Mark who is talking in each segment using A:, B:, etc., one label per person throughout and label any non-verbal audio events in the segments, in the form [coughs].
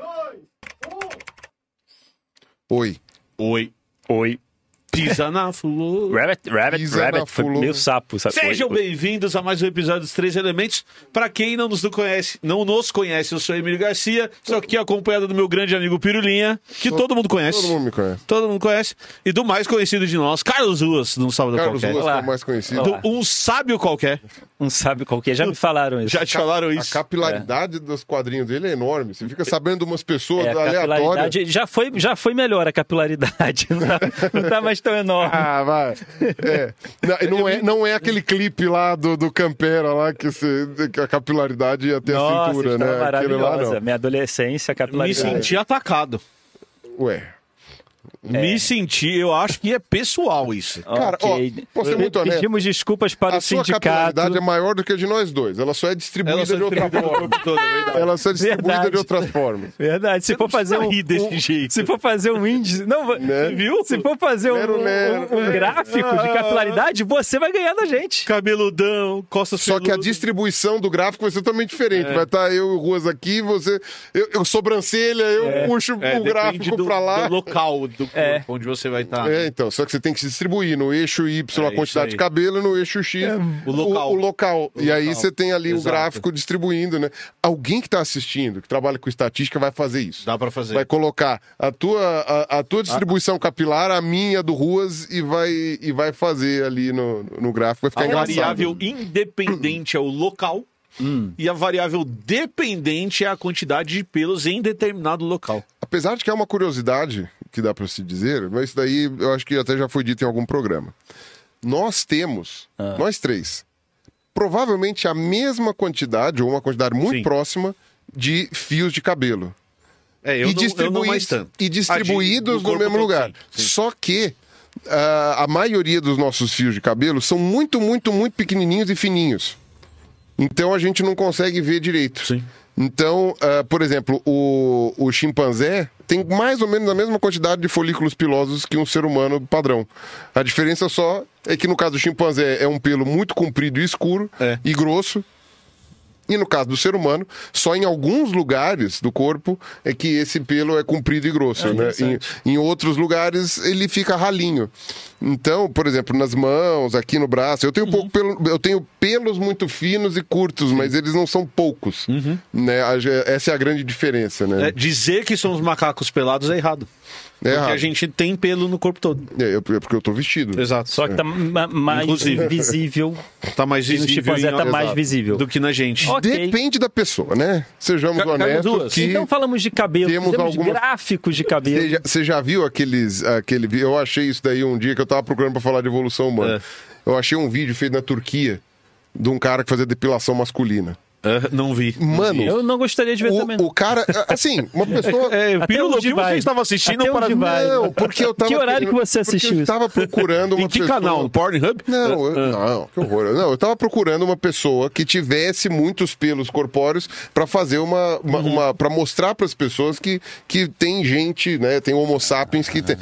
A: um. Oi.
B: Oi.
C: Oi.
B: Pisa na flor.
C: Rabbit, rabbit,
A: Pisa na
C: rabbit. Foi
A: flor.
C: meio sapo, sabe?
B: Sejam
C: Oi, oi.
B: bem-vindos a mais um episódio dos Três Elementos. Pra quem não nos conhece, não nos conhece, eu sou Emílio Garcia, só que acompanhado do meu grande amigo Pirulinha, que todo mundo conhece.
A: Todo mundo me conhece.
B: Todo mundo conhece. E do mais conhecido de nós, Carlos Ruas, de um sábado
A: Carlos
B: qualquer.
A: Ruas, que é
C: Olá.
A: o mais conhecido.
C: Olá.
B: Um sábio qualquer.
C: Não sabe qual que é. Já me falaram isso.
B: Já te falaram
A: A
B: isso.
A: capilaridade dos quadrinhos dele é enorme. Você fica sabendo de umas pessoas
C: É, a
A: aleatórias.
C: capilaridade já foi, já foi melhor a capilaridade. [laughs] Não tá, não tá mais
A: [laughs]
C: tão enorme.
A: Ah, vai. É. Não, e Não, é, não é aquele clipe lá do, do Campera lá que, você- que a capilaridade ia até a
C: Nossa,
A: cintura,
C: história
A: né? Aquele lá
C: maravilhosa.
A: não.
C: Minha adolescência, a
B: Me
C: capilaridade.
B: senti atacado.
A: Ué.
C: É.
B: Me senti, eu acho que é pessoal isso.
A: Cara,
C: Ok.
A: ó, vou ser muito honesto.
C: Pedimos desculpas para
A: A
C: o
A: sua
C: sindicato.
A: capilaridade é maior do que a de nós dois. Ela só é distribuída
B: Ela só
A: de outra
B: escreveu o
A: forma.
C: [laughs]
B: corpo todo, é verdade.
A: Ela só é distribuída
C: Verdade.
A: de outras formas.
C: Verdade, se for fazer um,
B: precisa rir desse
C: um-
B: jeito.
C: se for fazer um índice,
A: [laughs]
C: não,
A: Né?
C: viu? Se for fazer um,
A: Lero, lero. Ah.
C: um- um gráfico de capilaridade, você vai ganhar da gente.
B: Cabeludão, costas
A: Só que a
B: peludas.
A: distribuição do gráfico vai ser totalmente
B: É.
A: diferente. Vai estar eu e o Ruas aqui, você. Eu, eu sobrancelha, eu puxo
B: É,
A: o
B: depende
A: gráfico
B: do,
A: pra lá.
B: do local do corpo
C: É.
B: onde você vai estar.
A: É, então, só que você tem que se distribuir no eixo Y
B: É
A: a quantidade
B: isso aí. É,
A: de cabelo, no eixo X
B: o local.
A: O, local.
B: O
A: e aí
B: local.
A: você tem ali
B: Exato.
A: o gráfico distribuindo, né? Alguém que tá assistindo, que trabalha com estatística, vai fazer isso.
B: Dá pra fazer.
A: Vai colocar a tua, a, a tua distribuição capilar, a minha do Ruas, e vai, e vai fazer ali no, no gráfico. Vai ficar
B: A
A: Tá engraçado.
B: É variável independente é o local
A: Hum.
B: e a variável dependente é a quantidade de pelos em determinado local.
A: Apesar de que é uma curiosidade que dá para se dizer, mas isso daí eu acho que até já foi dito em algum programa. Nós temos, nós três, provavelmente a mesma quantidade, ou uma quantidade muito
B: Sim.
A: próxima, de fios de cabelo.
B: É, eu, não, eu não mais
A: distribuí-
B: tanto.
A: e distribuídos
B: Ah,
A: no
B: de- do corpo
A: mesmo
B: todo,
A: lugar.
B: sim, sim.
A: Só que ah, a maioria dos nossos fios de cabelo são muito, muito, muito pequenininhos e fininhos. Então a gente não consegue ver direito.
B: Sim.
A: Então, ah, por exemplo, o, o chimpanzé tem mais ou menos a mesma quantidade de folículos pilosos que um ser humano padrão. A diferença só é que no caso do chimpanzé é um pelo muito comprido e escuro
B: É.
A: e grosso, e no caso do ser humano, só em alguns lugares do corpo é que esse pelo é comprido e grosso. né? em, em outros lugares ele fica ralinho. Então, por exemplo, nas mãos, aqui no braço, eu tenho
B: Uhum.
A: pouco pelo, eu tenho pelos muito finos e curtos, mas eles não são poucos. né? A ge- Essa é a grande diferença, né?
B: Uhum. É, dizer que somos macacos pelados é errado.
A: É,
B: Porque
A: errado.
B: a gente tem pelo no corpo todo.
A: É, eu- é porque eu tô vestido.
B: Exato.
C: Só que tá ma- mais
B: Inclusive.
C: visível.
B: tá mais
C: E no
B: visível
C: chimpanzé
B: em-
C: tá mais
A: Exato.
C: visível.
B: do que na gente.
C: Ó, ok.
A: Depende da pessoa, né? Sejamos
B: Ca-
A: honestos
B: Carlos,
A: que...
C: Então falamos de cabelo,
A: temos
C: temos,
A: algumas-
C: gráficos de cabelo.
A: Você já, você já viu aqueles, aquele vídeo? Eu achei isso daí um dia que eu tava procurando pra falar de evolução humana.
C: É.
A: Eu achei um vídeo feito na Turquia de um cara que fazia depilação masculina.
B: Ah, não vi.
A: Mano,
C: Eu não gostaria de ver também.
A: o,
C: não.
A: o cara. Assim,
C: [laughs]
A: uma pessoa.
B: É,
C: Até
B: Pirula, o
C: onde
B: que
C: vai?
B: você estava assistindo
C: Até
B: para
C: onde vai?
A: Não, porque eu tava.
C: Que horário que você
A: porque
C: assistiu
A: Eu
C: isso?
A: tava procurando uma
B: Em que
A: pessoa-
B: canal? No Pornhub?
A: Não, eu- não, que horror. Eu- Não, eu tava procurando uma pessoa que tivesse muitos pelos corpóreos pra fazer uma, uma,
B: Uhum.
A: para mostrar pras pessoas que que tem gente, né, tem homo sapiens que tem.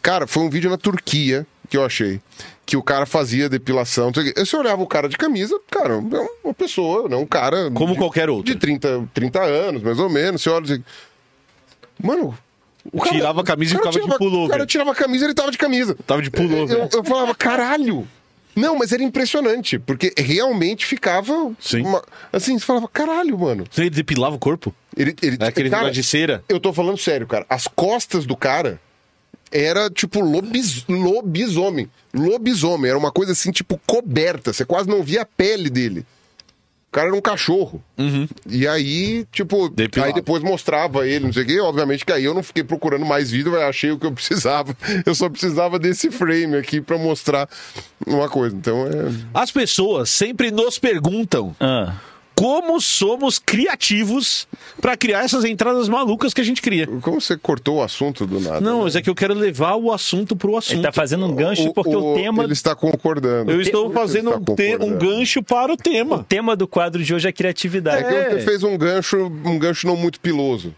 A: Cara, foi um vídeo na Turquia que eu achei que o cara fazia depilação. não sei o quê. Eu se olhava o cara de camisa, cara, é uma pessoa, não um cara
B: Como
A: de,
B: qualquer outro.
A: de 30, 30 anos, mais ou menos. Você olha e diz, mano, o
B: Tirava a camisa e
A: o cara
B: ficava de
A: tirava-
B: pullover.
A: O cara tirava a camisa, ele tava de camisa.
B: Tava de pullover.
A: Eu, eu falava, caralho! Não, mas era impressionante, porque realmente ficava.
B: Sim.
A: uma- assim, você falava, caralho, mano.
B: Então ele depilava o corpo?
A: Ele, ele,
B: É aquele negócio de cera?
A: Eu tô falando sério, cara. As costas do cara era tipo lobis, lobisomem. Lobisomem. Era uma coisa assim, tipo, coberta. Você quase não via a pele dele. O cara era um cachorro.
B: Uhum.
A: E aí, tipo,
B: Depilado.
A: aí depois mostrava ele, não sei o quê. Obviamente que aí eu não fiquei procurando mais vídeo, mas achei o que eu [laughs] precisava. Eu só precisava desse frame aqui pra mostrar uma coisa. Então é.
B: As pessoas sempre nos perguntam
C: Ah.
B: como somos criativos pra criar essas entradas malucas que a gente cria.
A: Como você cortou o assunto do nada?
B: Não, mas é que eu quero levar o assunto pro assunto.
C: Ele tá fazendo um gancho porque o, tema,
A: Ele está concordando.
B: Eu estou
A: Ele tá
B: fazendo
A: está
B: um, te- um
A: concordando.
B: gancho para o
C: o
B: tema.
C: tema do quadro de hoje é a
A: É
C: criatividade.
A: que você fez um gancho, um gancho não muito piloso.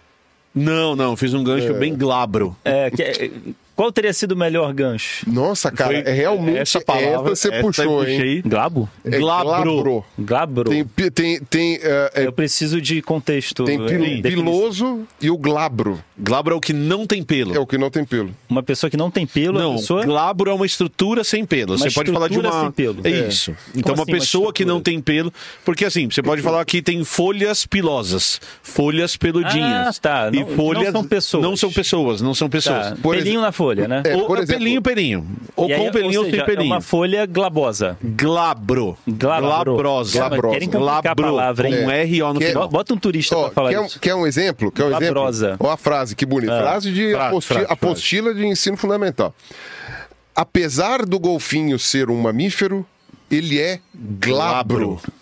B: Não, não, fiz um gancho bem glabro.
C: É, que- é, qual teria sido o melhor gancho?
A: Nossa, cara,
B: Foi
A: é realmente
B: essa palavra,
A: essa você
B: essa eu
A: puxou, hein?
B: puxei.
C: Glabo?
A: É
B: Glabro.
C: Glabro.
A: Tem, pi- tem, tem, eh, é,
C: Eu preciso de contexto.
A: tem pil-
C: é, definição.
A: piloso e o glabro,
B: Glabro é o que não tem pelo.
A: é o que não tem pelo.
C: Uma pessoa que não tem pelo,
B: Não,
C: uma pessoa...
B: glabro é uma estrutura sem pelo. você pode falar de
C: estrutura
B: uma.
C: sem pelo.
B: É
C: É.
B: isso.
C: Como
B: Então, uma
C: assim, uma
B: pessoa que não
C: estrutura?
B: tem pelo. Porque assim, você pode falar que tem folhas pilosas, folhas peludinhas.
C: Ah, tá.
B: E
C: Não- não
B: folhas.
C: são pessoas.
B: Não são pessoas, não são pessoas.
C: Tá,
A: Por
C: pelinho
A: exemplo-
C: na folha, né?
A: É,
B: Ou
A: por
B: é
A: exemplo-
B: pelinho, pelinho. Ou
C: E aí,
B: com pelinho ou sem
C: seja, é
B: pelinho.
C: uma folha glabosa.
B: Glabro.
C: Glabro.
B: Glabrosa.
C: Cara, mas Querem complicar
B: Glabro.
C: a palavra, hein?
B: Com R O no
A: Que é-
C: Bo-
B: final.
C: Bota um turista
A: Ó,
C: pra falar
A: quer, um,
C: isso.
A: quer um exemplo? Quer um
C: Glabrosa.
A: exemplo? Ó, a frase, que bonita. Frase de
B: Ah, Frase,
A: aposti-
B: frase, frase.
A: apostila de ensino fundamental. Apesar do golfinho ser um mamífero, ele é glabro.
B: Glabro.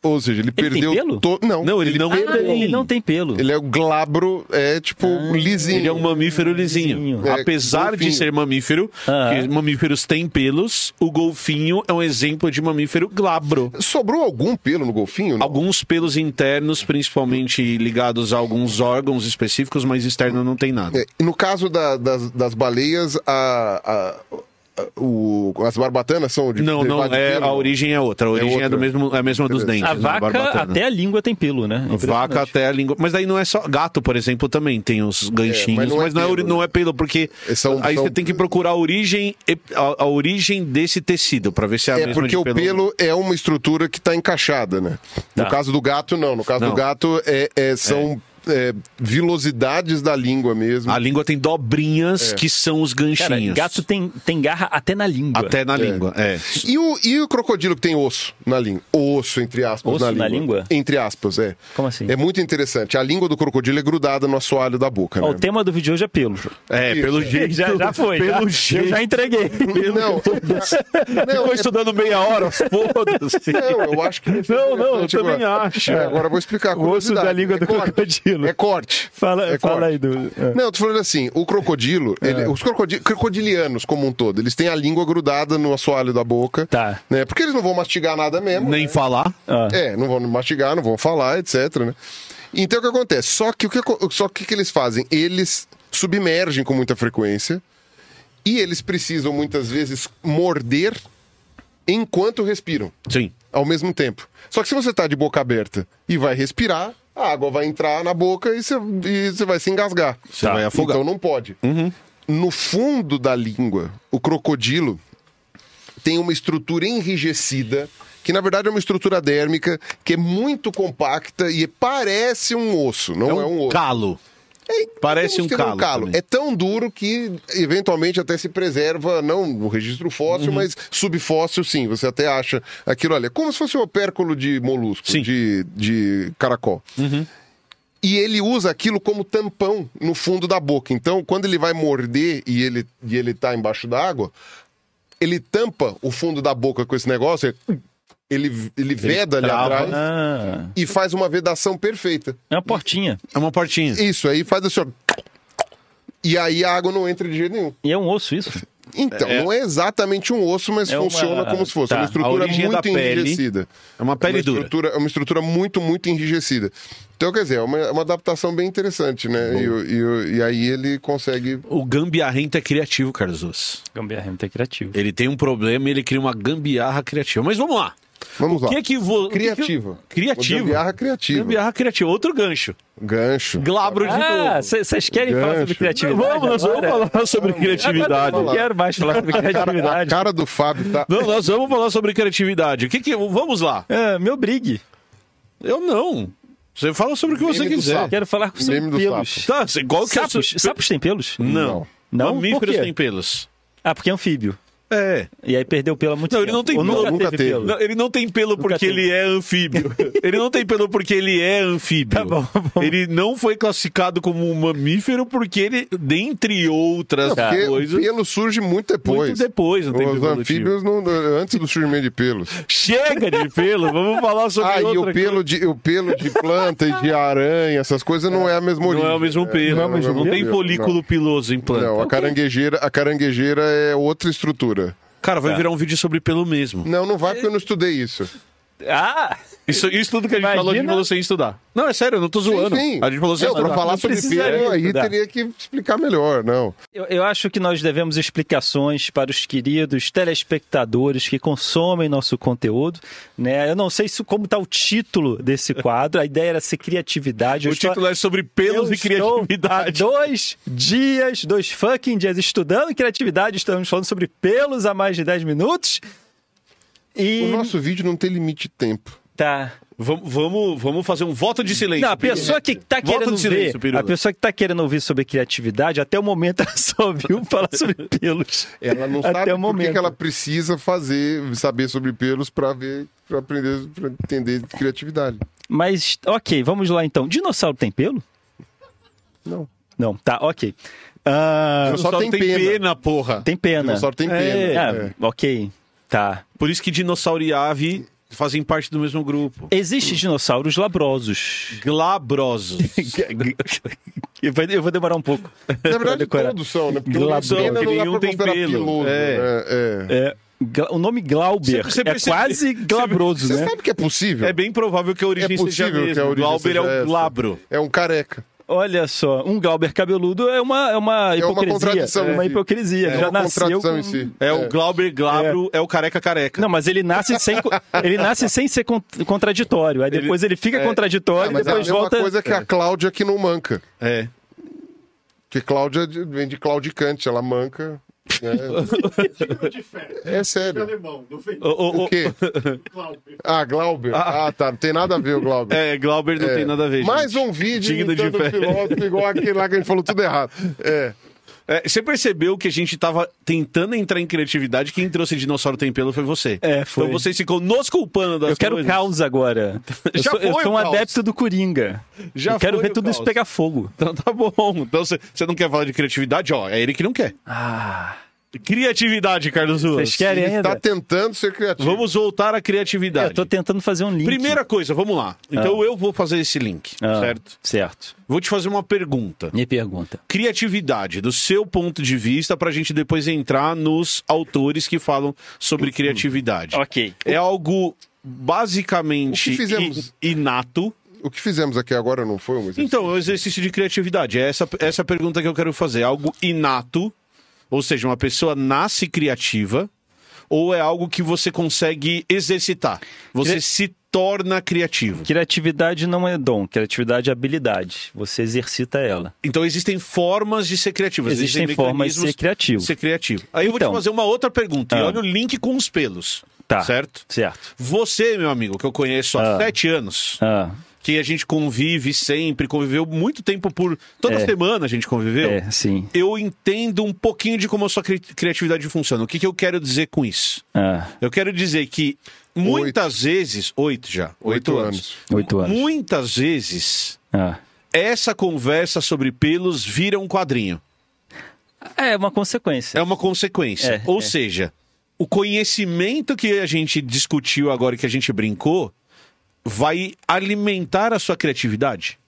A: Ou seja, ele,
C: Ele tem
A: perdeu.
C: pelo?
A: to- Não,
B: Não, ele não
C: Ah,
A: um
B: tem.
C: ele não tem pelo.
A: Ele é o glabro, é tipo lisinho.
B: Ele é um mamífero lisinho.
A: É,
B: Apesar de
A: golfinho.
B: ser mamífero,
C: Ah.
B: que mamíferos têm pelos, o golfinho é um exemplo de mamífero glabro.
A: Sobrou algum pelo no golfinho? Não?
B: Alguns pelos internos, principalmente ligados a alguns órgãos específicos, mas externo não tem nada.
A: É, e no caso da- das, das baleias, a- a- a- o- as barbatanas são de
B: Não, não,
A: derivado de
B: é,
A: pelo?
B: a origem é outra. A origem é,
A: outra.
B: do mesmo, é a mesma dos
A: Interessante.
B: dentes.
C: A
B: né,
C: vaca,
B: barbatana.
C: até a língua tem pelo, né? Impressionante.
B: Vaca até a língua. Mas daí não é só. Gato, por exemplo, também tem os ganchinhos.
A: mas
B: mas
A: não é
B: não, é,
A: pelo,
B: ori-
A: né?
B: não é pelo, porque
A: É, são-
B: aí
A: são-
B: você tem que procurar a origem, a, a origem desse tecido, pra ver se é a
A: É
B: mesma
A: porque
B: de
A: o
B: pelo.
A: pelo é uma estrutura que está encaixada, né?
C: Tá.
A: No caso do gato, não. No caso
B: Não.
A: do gato, é, é- são é, vilosidades da língua mesmo.
B: A língua tem
A: É.
B: dobrinhas que são os
C: Cara,
B: ganchinhos.
C: gato tem, tem garra até na língua.
B: Até na língua, é.
A: E o, e o crocodilo que tem osso na língua? Osso, entre aspas,
C: Osso
A: na, língua.
C: na língua?
A: Entre aspas, é.
C: Como assim?
A: É muito interessante. A língua do crocodilo é grudada no assoalho da boca,
C: Ó,
A: né?
C: o tema do vídeo hoje é pelo.
B: É, [laughs] pelo jeito.
C: Já, já foi.
B: Pelo
C: já,
B: jeito.
C: Eu já
B: [laughs]
C: entreguei.
A: [laughs] Não,
B: Ficou estudando meia é hora, [laughs] foda-se.
A: não, eu acho que...
C: Não, não, eu
A: Tipo,
C: também acho.
A: é, agora eu vou explicar. a
C: O osso da
A: curiosidade.
C: língua
A: É
C: do
A: corte.
C: crocodilo.
A: É corte.
C: Fala,
A: É
C: fala
A: corte.
C: aí do. é.
A: Não, eu tô falando assim, o crocodilo, ele- os crocodi- crocodilianos como um todo, eles têm a língua grudada no assoalho da boca.
C: Tá.
A: Né, porque eles não vão mastigar nada mesmo.
B: Nem falar.
C: Ah.
A: É, não vão mastigar, não vão falar, etc. né? Então o que acontece? Só que o que, aco- só que, o que eles fazem? Eles submergem com muita frequência e eles precisam muitas vezes morder enquanto respiram
B: Sim.
A: ao mesmo tempo. Só que se você tá de boca aberta e vai respirar, a água vai entrar na boca e você, e você vai se engasgar.
B: Você vai afogar.
A: Então não pode. No fundo da língua, o crocodilo tem uma estrutura enrijecida, que na verdade é uma estrutura dérmica, que é muito compacta e parece um osso, não é um, osso.
B: calo.
A: É,
B: Parece
A: digamos
B: um
A: que não é
B: calo também.
A: É tão duro que eventualmente até se preserva, não no registro
B: Uhum.
A: fóssil, mas subfóssil sim. Você até acha aquilo ali. É como se fosse um opérculo de molusco,
B: Sim. Uhum.
A: de, de caracol. E ele usa aquilo como tampão no fundo da boca. Então, quando ele vai morder e ele, e ele tá embaixo da água, ele tampa o fundo da boca com esse negócio, ele, ele veda ali
B: trava. né?
A: atrás
C: Ah,
A: e faz uma vedação perfeita.
C: é uma portinha.
B: É uma portinha.
A: Isso, aí faz assim, ó. E aí a água não entra de jeito nenhum.
C: E é um osso isso?
A: Então, não é exatamente um osso, mas
C: É uma-
A: funciona como se fosse. É
C: tá,
A: uma
C: a
A: estrutura
B: origem é da
A: muito
B: pele.
A: enrijecida.
B: É uma pele
A: uma
B: dura.
A: Estrutura, é uma estrutura muito, muito enrijecida. Então, quer dizer, é uma, é uma adaptação bem interessante, né? E, o- e o- e aí ele consegue.
B: O gambiarrento é criativo, Carlos Oss.
C: Gambiarra é criativo.
B: Ele tem um problema e ele cria uma gambiarra criativa. Mas vamos lá.
A: Vamos
B: O
A: lá.
B: que que vo...
A: Criativa.
B: o que que- Criativa.
A: Gambiarra criativa.
B: Gambiarra criativa. Outro gancho.
A: Gancho.
B: Glabro de
C: Ah,
B: novo.
C: vocês querem falar sobre
A: Gancho.
C: criatividade?
B: Vamos, nós vamos
C: agora?
B: falar sobre
C: Agora
B: criatividade.
C: eu não quero mais falar
B: [laughs]
C: sobre
A: A
C: criatividade.
A: cara do Fábio tá.
B: Não, nós vamos falar sobre criatividade. O que que... Vamos lá.
C: É, meu brigue.
B: Eu não. Você fala sobre o que você
A: Meme do
B: quiser.
A: sapo.
C: Quero falar com
A: Meme do
C: pelos.
B: Tá, você- qual que é o seu-
C: Sapos? Sapos têm pelos?
B: Não.
C: Não?
B: Mamíferos
C: Por quê?
B: têm pelos.
C: Ah, porque é anfíbio.
B: É.
C: E aí perdeu pelo há muito
B: Não,
C: tempo.
B: ele não tem
C: Ou
B: pelo,
C: nunca,
A: nunca
C: teve
A: teve.
C: pelo.
B: Não, ele não tem pelo porque
C: teve.
B: ele
C: [laughs]
B: é anfíbio. ele não tem pelo porque ele é anfíbio.
C: Tá bom, vamos.
B: Ele não foi classificado como um mamífero porque ele, dentre outras
A: É, Porque
B: coisas,
A: o pelo surge muito depois.
B: muito depois, não tem
A: Os
B: evolutivo.
A: anfíbios não, antes do surgimento de pelos.
B: Chega de pelo, vamos falar sobre
A: Ah, e
B: outra
A: o pelo, de, o pelo de planta e de aranha, essas coisas não é a mesma
B: coisa.
A: origem.
B: Não é o mesmo pelo.
A: não é o
B: Não,
A: mesmo
B: tem
A: pelo,
B: folículo
A: não.
B: piloso em planta.
A: Não, a
B: cara...
A: caranguejeira, a caranguejeira é outra estrutura.
B: vai virar um vídeo sobre pelo mesmo.
A: Não, não
C: É.
A: vai porque eu não estudei isso.
C: Ah!
B: Isso, isso tudo que a gente falou, a gente
C: Imagina-
B: falou sem estudar. Não, é sério, eu não tô zoando.
A: Enfim,
B: A gente falou assim, tá,
A: não,
B: sem estudar.
A: pra falar
C: Não
A: sobre
C: precisaria
A: pelo aí
C: estudar.
A: teria que explicar melhor, não.
C: Eu, eu acho que nós devemos explicações para os queridos telespectadores que consomem nosso conteúdo. Né? Eu não sei se, como está o título desse quadro. A ideia era ser criatividade.
B: O
C: Eu estou-
B: título é sobre pelos
C: eu
B: e criatividade.
C: Estou há dois dias, dois fucking dias estudando criatividade. Estamos falando sobre pelos há mais de 10 minutos. E.
A: O nosso vídeo não tem limite de tempo.
C: Tá.
B: Vamos, vamos, vamos fazer um voto de silêncio.
C: Não, a pessoa que tá
B: Volta
C: querendo
B: do silêncio,
C: ver,
B: Pirula.
C: a pessoa que tá querendo ouvir sobre criatividade, até o momento [laughs] ela só ouviu falar sobre
A: [laughs]
C: pelos.
A: Ela não
C: até
A: sabe
C: o
A: por
C: momento.
A: que que ela precisa fazer, saber sobre pelos pra ver, para aprender, pra entender criatividade.
C: Mas OK, vamos lá então. Dinossauro tem pelo?
A: Não.
C: Não, tá, OK. Ah,
A: Dinossauro-
B: Só, tem, pena. porra.
C: tem pena.
A: Dinossauro tem pena.
C: É,
A: é.
C: OK. Tá.
B: Por isso que dinossauro e ave fazem parte do mesmo grupo.
C: Existem dinossauros
A: [laughs]
C: labrosos.
B: Glabrosos.
C: Eu vou- eu vou demorar um pouco.
A: Na verdade,
C: decorar.
A: todos são, né? Porque
C: Glabro.
A: o pena não dá
B: Nenhum
A: pra
B: tem
A: considerar
B: pelo.
A: piloso.
B: É.
A: né? É.
C: É, gla- o nome Glauber
B: Você- você
C: é
B: percebe-
C: quase glabroso,
A: Você
C: né?
A: sabe que é possível?
B: é bem provável que a origem
A: É
B: seja a
A: possível
B: mesma.
A: que a origem
B: Glauber
A: seja
B: é o
A: essa.
B: glabro.
A: É um careca.
C: Olha só, um Glauber cabeludo é uma, é uma
A: uma
C: hipocrisia.
A: contradição em
C: uma
A: si.
C: hipocrisia.
A: É
C: Já
A: uma
C: nasceu.
A: contradição
C: com-
A: em si.
B: É, o Glauber glabro, é, o careca careca.
C: Não, mas ele nasce sem,
B: [laughs]
C: co- ele nasce sem ser con- contraditório. Aí depois ele,
B: é,
C: fica contraditório
A: Ah,
C: e
A: mas
C: depois
A: é a mesma
C: volta.
A: coisa que a Cláudia que não manca.
B: É.
A: Que Cláudia de- vem de claudicante, ela manca. né? É, é sério.
B: O, o-
A: O
B: o-
A: quê? Ah, Glauber. Ah, tá. Não tem nada a ver o Glauber.
B: é, Glauber não
A: É.
B: tem nada a ver.
A: Mais
B: gente.
A: um vídeo
B: Digno de
A: imitando
B: fé.
A: um filósofo igual aquele lá que a gente falou tudo errado. É.
B: É, você percebeu que a gente tava tentando entrar em criatividade, quem trouxe dinossauro tem pelo foi você.
C: É, foi.
B: Então vocês ficam nos culpando das
C: Eu quero
B: coisas.
C: caos
B: [laughs]
C: agora. Eu
B: Já
C: sou, eu
B: foi
C: sou
B: o
C: um
B: caos.
C: adepto do Coringa.
B: Já
C: eu quero
B: foi
C: ver
B: o
C: tudo isso
B: caos.
C: pegar fogo.
B: Então tá bom. Então você você não quer falar de criatividade? Ó, é ele que não quer. Criatividade, Carlos Ruas.
C: Ah. Vocês querem
A: Ele
C: ainda?
A: tá tentando ser criativo.
B: Vamos voltar à
C: É,
B: criatividade.
C: Eu tô tentando fazer um link.
B: Primeira coisa, vamos lá. Então eu vou fazer esse link,
C: Ah,
B: certo?
C: Certo.
B: Vou te fazer uma pergunta.
C: Me pergunta.
B: Criatividade, do seu ponto de vista, pra gente depois entrar nos autores que falam sobre criatividade.
C: Ok.
B: É algo
A: O
B: basicamente
A: que fizemos?
B: i- inato.
A: O que fizemos aqui agora não foi um exercício?
B: Então, é um exercício de criatividade. É essa, essa pergunta que eu quero fazer. É algo inato, ou seja, uma pessoa nasce criativa, ou é algo que você consegue exercitar? Você
C: Cri-
B: se torna criativo.
C: Criatividade não é dom, criatividade é habilidade. Você exercita ela.
B: Então, existem formas de ser criativo.
C: Existem formas de
B: mecanismos
C: ser criativo.
B: de ser criativo. Aí eu vou
C: Então.
B: te fazer uma outra pergunta. E
C: Ah.
B: olha o link com os pelos.
C: Tá.
B: Certo?
C: Certo.
B: Você, meu amigo, que eu conheço há
C: Ah.
B: sete anos,
C: Ah,
B: que a gente convive sempre, conviveu muito tempo por. Toda
C: É.
B: semana a gente conviveu.
C: é, sim.
B: eu entendo um pouquinho de como a sua cri- criatividade funciona. O que, que eu quero dizer com isso?
C: Ah,
B: Eu quero dizer que muitas vezes. Oito já. Oito,
A: Oito
B: anos.
C: Oito anos.
B: Muitas vezes
C: ah.
B: essa conversa sobre pelos vira um quadrinho.
C: É uma consequência.
B: É uma consequência.
C: É,
B: Ou
C: é.
B: seja, o conhecimento que a gente discutiu agora, que a gente brincou, vai alimentar a sua criatividade.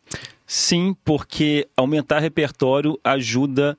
C: Sim, porque aumentar repertório ajuda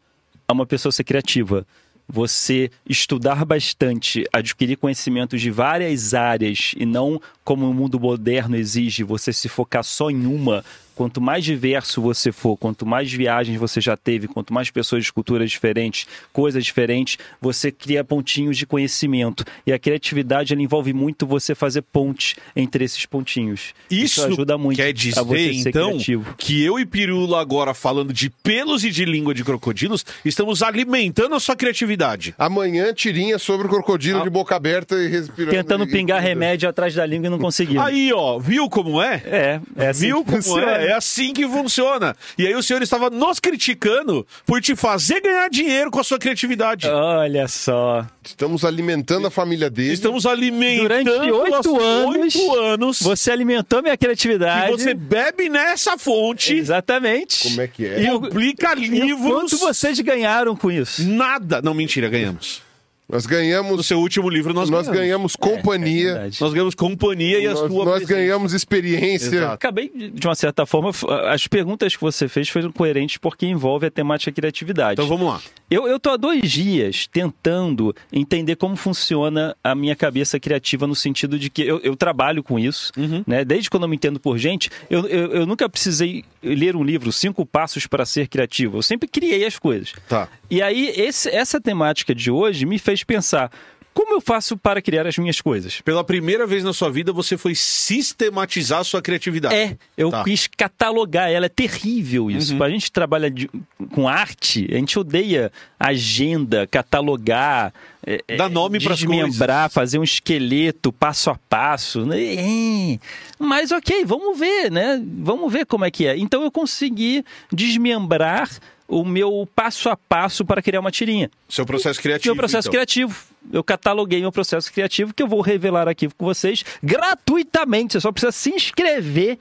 C: a uma pessoa a ser criativa. Você estudar bastante, adquirir conhecimentos de várias áreas e não como o mundo moderno exige você se focar só em uma, quanto mais diverso você for, quanto mais viagens você já teve, quanto mais pessoas de culturas diferentes, coisas diferentes, você cria pontinhos de conhecimento. E a criatividade ela envolve muito você fazer pontes entre esses pontinhos.
B: Isso,
C: ajuda muito
B: quer
C: a você
B: dizer,
C: ser
B: então,
C: criativo.
B: que eu e Pirula agora falando de pelos e de língua de crocodilos, estamos alimentando a sua criatividade.
A: Amanhã, tirinha sobre o crocodilo
B: Ah.
A: de boca aberta e respirando.
C: Tentando
A: e- e-
C: pingar remédio atrás da língua e não conseguindo.
B: Aí, ó, viu como é?
C: É, é assim
B: Viu
C: que
B: como
C: funciona.
B: é? É assim que funciona. E aí o senhor estava nos criticando por te fazer ganhar dinheiro com a sua criatividade.
C: Ah, Olha só.
A: Estamos alimentando a família dele.
B: Estamos alimentando
C: Durante
B: as-
C: oito anos,
B: oito anos
C: Você alimentou minha
B: que
C: criatividade.
B: você bebe nessa fonte
C: Exatamente.
A: Como é que é?
B: e publica
C: E o
B: livros.
C: quanto vocês ganharam com isso?
B: Nada. Não, mentira, ganhamos.
A: Nós
B: No
A: ganhamos,
B: seu último livro nós,
A: nós
B: ganhamos.
A: ganhamos companhia,
C: É Verdade.
B: Nós ganhamos companhia e a
A: nós,
B: sua
A: nós
B: presença.
A: ganhamos experiência.
B: Exato.
C: Acabei, de de uma certa forma, f- as perguntas que você fez foram coerentes porque envolve a temática criatividade.
B: Então vamos lá.
C: Eu, eu tô há dois dias tentando entender como funciona a minha cabeça criativa no sentido de que eu, eu trabalho com isso, né? Desde quando eu me entendo por gente, eu, eu, eu nunca precisei ler um livro, Cinco Passos para Ser Criativo. Eu sempre criei as coisas.
B: Tá.
C: E aí, esse- essa temática de hoje me fez pensar, como eu faço para criar as minhas coisas?
B: Pela primeira vez na sua vida, você foi sistematizar a sua criatividade.
C: É, eu
B: Tá. Uhum.
C: quis catalogar ela. É terrível isso. A gente trabalha de- com arte, a gente odeia agenda, catalogar, é, é,
B: Dá nome pras
C: desmembrar, fazer um esqueleto passo a passo. né? É. Mas ok, vamos ver, né? Vamos ver como é que é. Então eu consegui desmembrar o meu passo a passo para criar uma tirinha.
B: Seu processo criativo.
C: Meu um processo
B: então.
C: criativo. Eu cataloguei meu processo criativo que eu vou revelar aqui com vocês gratuitamente. Você só precisa se inscrever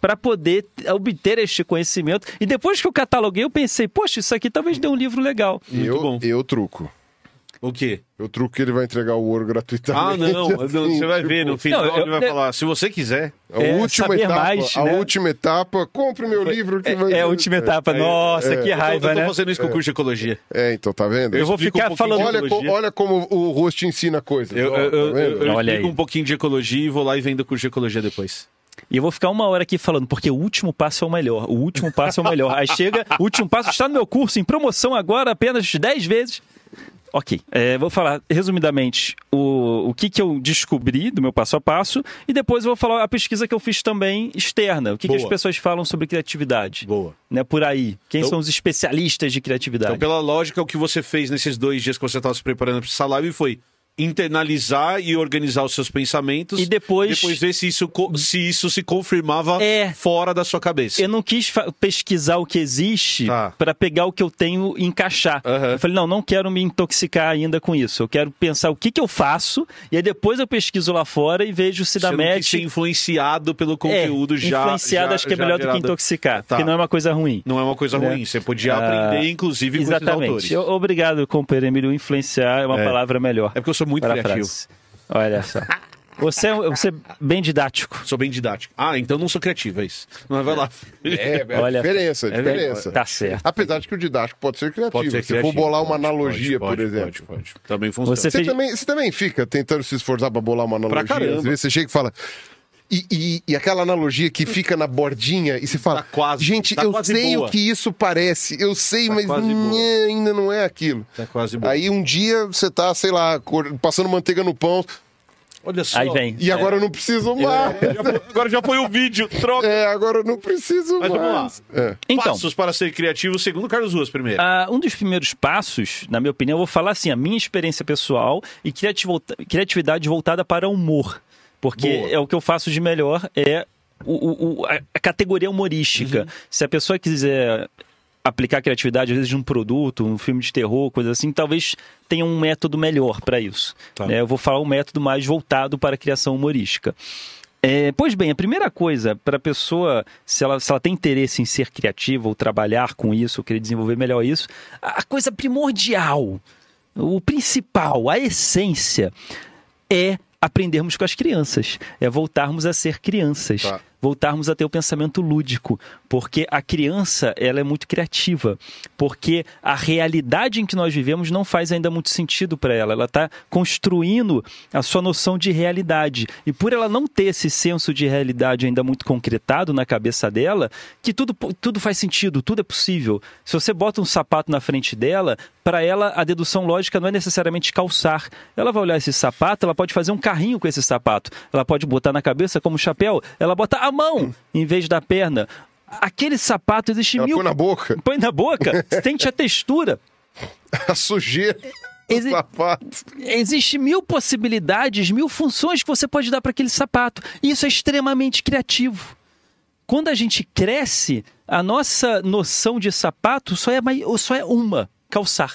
C: para poder t- obter este conhecimento. E depois que eu cataloguei, eu pensei, poxa, isso aqui talvez dê um livro legal.
A: eu,
B: bom.
A: eu truco.
B: O quê?
A: Eu truco que ele vai entregar o ouro
B: Ah,
A: gratuitamente.
B: não. não,
A: assim, [laughs]
B: você vai
A: tipo,
B: ver no final,
C: Não, eu-
B: ele vai
C: eu-
B: falar, se você quiser.
A: A
C: É,
A: última
C: saber
A: etapa,
C: mais,
A: a
C: né?
A: última etapa, compre meu livro que vai.
C: É, é a última etapa. Nossa, que
B: eu
C: raiva,
B: tô
C: né?
B: fazendo isso com o curso de ecologia.
A: É, então, tá vendo?
C: Eu vou
B: Explica
C: ficar
B: um pouquinho
C: falando-
B: de
A: Olha, co-
B: ecologia.
A: olha como o rosto ensina coisas.
B: Eu,
A: Ó,
B: eu, eu,
A: tá vendo?
B: eu
C: Olha
B: explico
C: aí.
B: um pouquinho de ecologia e vou lá e vendo o curso de ecologia depois.
C: E eu vou ficar uma hora aqui falando, porque o último passo é o melhor. O último passo é o melhor. Aí chega, o último passo está no meu curso, em promoção agora, apenas 10 vezes. Ok, é, vou falar resumidamente o, o que, que eu descobri do meu passo a passo e depois eu vou falar a pesquisa que eu fiz também externa. O que, que
B: Boa.
C: as pessoas falam sobre criatividade?
B: Boa.
C: Né, por aí. Quem
B: Então-
C: são os especialistas de criatividade?
B: Então, pela lógica, o que você fez nesses dois dias que você estava se preparando para essa live foi internalizar e organizar os seus pensamentos
C: E depois-
B: depois ver se isso co- se isso se confirmava
C: É.
B: fora da sua cabeça.
C: Eu não quis fa- pesquisar o que existe
B: Tá.
C: pra para pegar o que eu tenho e encaixar.
B: Aham.
C: Eu falei, não, não quero me intoxicar ainda com isso. Eu quero pensar o que, que eu faço e aí depois eu pesquiso lá fora e vejo se dá
B: Você não quis
C: match.
B: ser influenciado pelo
C: É,
B: conteúdo já
C: influenciado
B: já-
C: acho que é
B: já
C: melhor do que
B: gerado.
C: intoxicar,
B: Tá.
C: porque não é uma coisa ruim.
B: Não é uma coisa ruim, você podia
C: Ah,
B: aprender inclusive com esses autores.
C: Exatamente. Eu- obrigado, companheiro Emílio. Influenciar é uma
B: É.
C: palavra melhor.
B: É porque eu sou muito
C: para a
B: criativo.
C: frase. Olha só. Você é, você é bem didático.
B: Sou bem didático. Ah, então não sou criativo, é isso. Mas vai lá.
A: É, é a
C: Olha,
A: diferença, a
B: é
A: diferença.
C: Tá certo.
A: Apesar de que o didático pode ser criativo.
B: [laughs] Pode ser
A: Se
B: criativo.
A: for bolar uma
B: Pode,
A: analogia, por
B: pode, pode,
A: exemplo.
B: pode, pode. Também funciona.
C: Você-
A: Você,
C: fez-
A: também, você também fica tentando se esforçar pra bolar uma analogia.
B: caramba.
A: Às vezes você chega e fala. E, e- e aquela analogia que fica na bordinha e você fala:
B: Tá quase,
A: Gente,
B: tá
A: eu
B: quase
A: sei
B: boa." Tá
A: o que isso parece, eu sei, mas
B: quase boa.
A: nhã, ainda não é aquilo.
B: Tá quase boa.
A: Aí um dia você tá, sei lá, cor- passando manteiga no pão
B: Olha só.
C: Aí vem.
B: É.
A: e agora eu não preciso mais.
B: Já foi- [laughs] Agora já foi o vídeo, troca.
A: É, agora eu não preciso
B: Mas vamos lá.
A: mais. É. [laughs]
C: Então,
B: Passos para ser criativo, segundo Carlos Ruas, primeiro.
C: Ah, um dos primeiros passos, na minha opinião, eu vou falar assim, a minha experiência pessoal e criativo- criatividade voltada para o humor. Porque
B: Boa.
C: é o que eu faço de melhor, é o- o- o- a, a categoria
B: Uhum.
C: humorística. Se a pessoa quiser aplicar criatividade, às vezes, de um produto, um filme de terror, coisa assim, talvez tenha um método melhor para isso.
B: Tá.
C: né? Eu vou falar um método mais voltado para a criação humorística. É, pois bem, a primeira coisa para a pessoa, se ela, se ela tem interesse em ser criativa ou trabalhar com isso, ou querer desenvolver melhor isso, a a coisa primordial, o principal, a essência, é aprendermos com as crianças, é voltarmos a ser crianças.
A: Tá.
C: voltarmos a ter o pensamento lúdico, porque a criança ela é muito criativa, porque a realidade em que nós vivemos não faz ainda muito sentido para ela. Ela está construindo a sua noção de realidade e por ela não ter esse senso de realidade ainda muito concretado na cabeça dela, que tudo tudo faz sentido, tudo é possível. Se você bota um sapato na frente dela, para ela a dedução lógica não é necessariamente calçar. Ela vai olhar esse sapato, ela pode fazer um carrinho com esse sapato. Ela pode botar na cabeça como chapéu, ela bota a mão em vez da perna. Aquele sapato existe
A: Ela
C: mil.
A: põe na boca
C: Põe
A: [laughs]
C: na boca, sente a textura.
A: a sujeira do
C: Exi-
A: sapato.
C: Existem mil possibilidades, mil funções que você pode dar para aquele sapato. Isso é extremamente criativo. Quando a gente cresce, a nossa noção de sapato só é, mai- ou só é uma: calçar.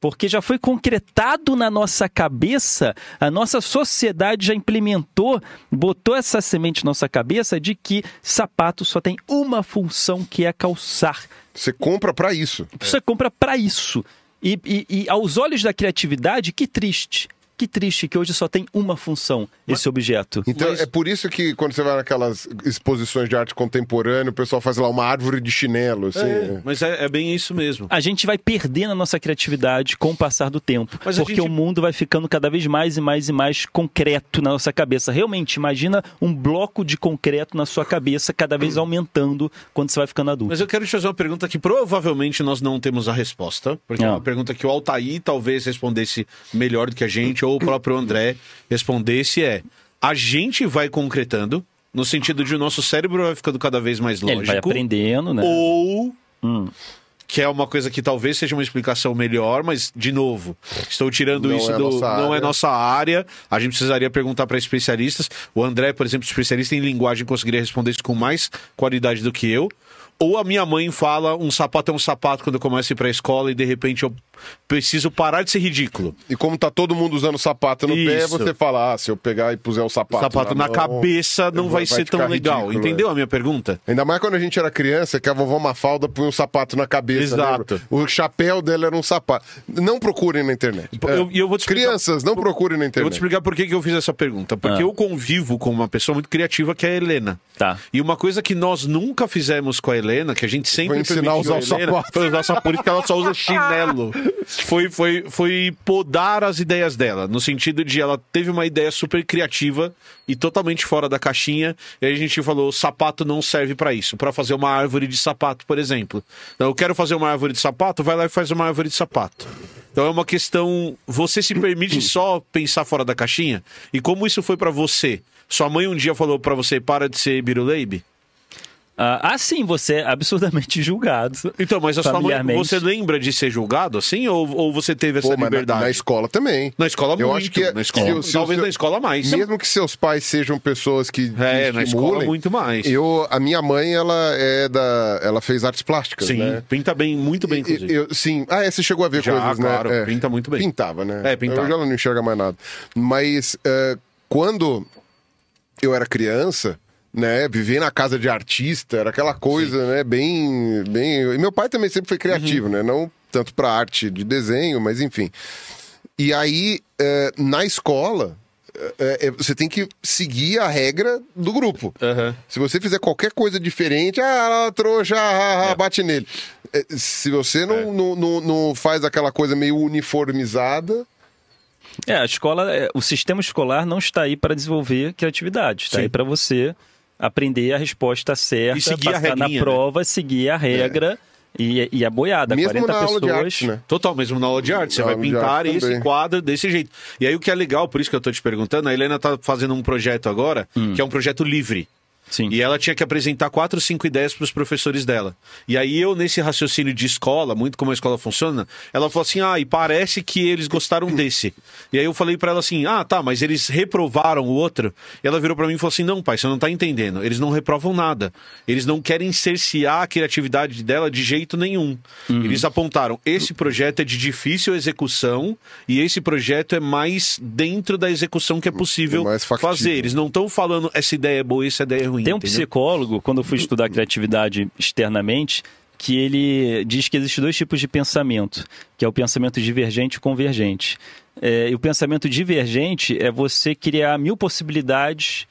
C: Porque já foi concretado na nossa cabeça, a nossa sociedade já implementou, botou essa semente na nossa cabeça de que sapato só tem uma função que é calçar.
A: Você compra pra isso.
C: Você compra para isso. E, e- e aos olhos da criatividade, que triste. Que triste que hoje só tem uma função esse objeto.
A: Então é por isso que quando você vai naquelas exposições de arte contemporânea, o pessoal faz lá uma árvore de chinelo, assim.
B: Mas é, é bem isso mesmo.
C: A gente vai perdendo a nossa criatividade com o passar do tempo.
B: Mas a
C: porque
B: gente-
C: o mundo vai ficando cada vez mais e mais e mais concreto na nossa cabeça. Realmente, imagina um bloco de concreto na sua cabeça, cada vez aumentando quando você vai ficando adulto.
B: Mas é eu quero te fazer uma pergunta que provavelmente nós não temos a resposta, porque é
C: Não.
B: uma pergunta que o Altair talvez respondesse melhor do que a gente, ou o próprio André respondesse é, a gente vai concretando, no sentido de o nosso cérebro vai ficando cada vez mais lógico.
C: Ele vai aprendendo, né?
B: Ou. Que é uma coisa que talvez seja uma explicação melhor, mas, de novo, estou tirando
A: Não
B: isso
A: é
B: do.
A: nossa
B: não é
A: área.
B: nossa área. A gente precisaria perguntar para especialistas. O André, por exemplo, especialista em linguagem, conseguiria responder isso com mais qualidade do que eu. Ou a minha mãe fala um sapato é um sapato quando eu começo a ir pra escola e de repente eu preciso parar de ser ridículo.
A: E como tá todo mundo usando sapato no pé,
B: Isso.
A: você fala, ah, se eu pegar e puser o sapato,
B: sapato na,
A: mão,
B: cabeça não
A: eu
B: vai,
A: vou-
B: ser tão
A: ficar
B: legal.
A: ridículo, é.
B: Entendeu a minha pergunta?
A: Ainda mais quando a gente era criança, que a vovó Mafalda punha um sapato na cabeça.
B: Exato.
A: lembra? O chapéu dela era um sapato. Não procurem na internet. é.
B: E eu- e eu vou te explicar-
A: Crianças, não procurem na
B: Eu vou te
A: internet.
B: explicar por que, que eu fiz essa pergunta. Porque
C: Ah.
B: eu convivo com uma pessoa muito criativa que é a Helena.
C: Tá.
B: E uma coisa que nós nunca fizemos com a Helena, que a gente sempre
A: Foi ensinar a
B: permitiu
A: usar o
B: Helena,
A: sapato.
B: [laughs] Foi usar o sapato, porque ela só usa chinelo. Foi, foi, foi podar as ideias dela, no sentido de ela teve uma ideia super criativa e totalmente fora da caixinha, e aí a gente falou, sapato não serve pra isso, pra fazer uma árvore de sapato, por exemplo. Então, eu quero fazer uma árvore de sapato, vai lá e faz uma árvore de sapato. Então é uma questão, você se permite só pensar fora da caixinha? E como isso foi pra você? Sua mãe um dia falou pra você, para de ser biruleibe?
C: Ah, assim, você é [laughs] absurdamente julgado.
B: Então, mas a sua mãe,
C: Familiarmente.
B: você lembra de ser julgado assim? Ou, ou você teve essa
A: Pô, mas na,
B: liberdade?
A: na escola também.
B: Na escola
A: eu
B: muito,
A: acho que é-
B: na escola.
A: se o- se o
B: Talvez
A: seu-
B: na escola mais.
A: Mesmo que seus pais sejam pessoas que
B: É,
A: que
B: na
A: estimulem,
B: escola muito mais.
A: Eu, a minha mãe, ela é da, ela fez artes plásticas,
B: Sim,
A: né?
B: pinta bem, muito bem,
A: E-
B: inclusive.
A: eu- sim. Ah, é, você chegou a ver
B: Já,
A: coisas, né?
B: claro,
A: É.
B: pinta muito bem.
A: Pintava, né?
B: É, pintava.
A: Hoje ela não enxerga mais nada. Mas é, quando eu era criança, né? Viver na casa de artista era aquela coisa, né? Bem, bem... E meu pai também sempre foi criativo,
B: Uhum.
A: né? Não tanto pra arte de desenho, mas enfim. E aí, é, na escola... é, é, você tem que seguir a regra do grupo.
B: Aham.
A: Se você fizer qualquer coisa diferente, ah, ah, trouxa, ah, ah, ah, bate nele. É, Se você não, não, não, não faz aquela coisa meio uniformizada,
C: É, a escola, é, o sistema escolar não está aí para desenvolver criatividade, está
B: Sim.
C: aí para você aprender a resposta certa,
B: E seguir a
C: passar na
B: regrinha, né?
C: prova, seguir a regra e, e a boiada.
A: mesmo
C: 40
A: na aula
C: pessoas.
A: de arte, né?
B: Total, mesmo na aula de arte. Você
A: Na
B: vai
A: aula de
B: pintar
A: arte
B: esse
A: também.
B: quadro desse jeito. E aí o que é legal, por isso que eu tô te perguntando, a Helena tá fazendo um projeto agora, que é um projeto livre.
C: Hum. Sim.
B: E ela tinha que apresentar quatro, cinco ideias para os professores dela. E aí eu, nesse raciocínio de escola, muito como a escola funciona, ela falou assim: ah, e parece que eles gostaram desse. E aí eu falei para ela assim: ah, tá, mas eles reprovaram o outro. E ela virou para mim e falou assim: não, pai, você não tá entendendo. Eles não reprovam nada. Eles não querem cercear a criatividade dela de jeito nenhum.
A: Uhum.
B: Eles apontaram: esse projeto é de difícil execução e esse projeto é mais dentro da execução que é possível
A: mais factível.
B: fazer. Eles não estão falando essa ideia é boa, essa ideia é ruim.
C: Tem um
B: entendeu?
C: psicólogo, quando eu fui estudar criatividade externamente, que ele diz que existem dois tipos de pensamento, que é o pensamento divergente e o convergente. É, e o pensamento divergente é você criar mil possibilidades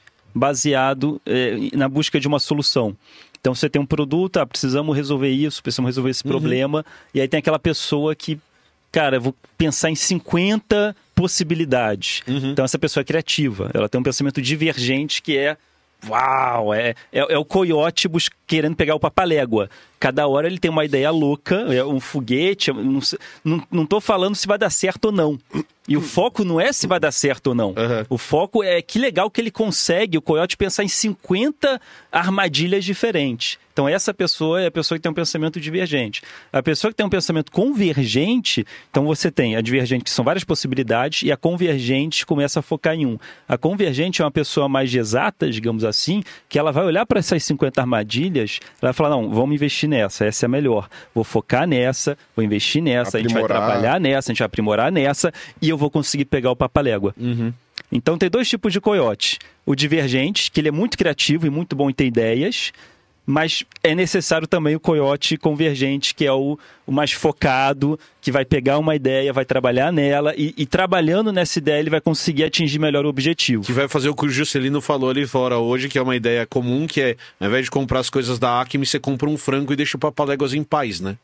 C: baseado eh, na busca de uma solução. Então você tem um produto, ah, precisamos resolver isso, precisamos resolver
B: Uhum.
C: esse problema, e aí tem aquela pessoa que, cara, eu vou pensar em 50 possibilidades. Então essa pessoa é criativa, ela tem um pensamento divergente que é Uau, é, é, é o coiote bus- querendo pegar o papalégua. Cada hora ele tem uma ideia louca, é um foguete. é um- Não, sei- não, não tô falando se vai dar certo ou não. E o foco não é se vai dar certo ou não. O foco é que legal que ele consegue, o coiote, pensar em 50 armadilhas diferentes. Então, essa pessoa é a pessoa que tem um pensamento divergente. A pessoa que tem um pensamento convergente, então você tem a divergente, que são várias possibilidades, e a convergente começa a focar em um. A convergente é uma pessoa mais exata, digamos assim, que ela vai olhar para essas 50 armadilhas, ela vai falar: não, vamos investir nessa, essa é a melhor. Vou focar nessa, vou investir nessa, a gente vai
A: Aprimorar.
C: trabalhar nessa, a gente vai aprimorar nessa, e eu vou conseguir pegar o papalégua. Então tem dois tipos de coiote. O divergente, que ele é muito criativo e muito bom em ter ideias, mas é necessário também o coiote convergente, que é o, o mais focado, que vai pegar uma ideia, vai trabalhar nela, e, e trabalhando nessa ideia ele vai conseguir atingir melhor o objetivo.
B: Que vai fazer o que o Juscelino falou ali fora hoje, que é uma ideia comum, que é, ao invés de comprar as coisas da Acme, você compra um frango e deixa o papaléguas em paz, né?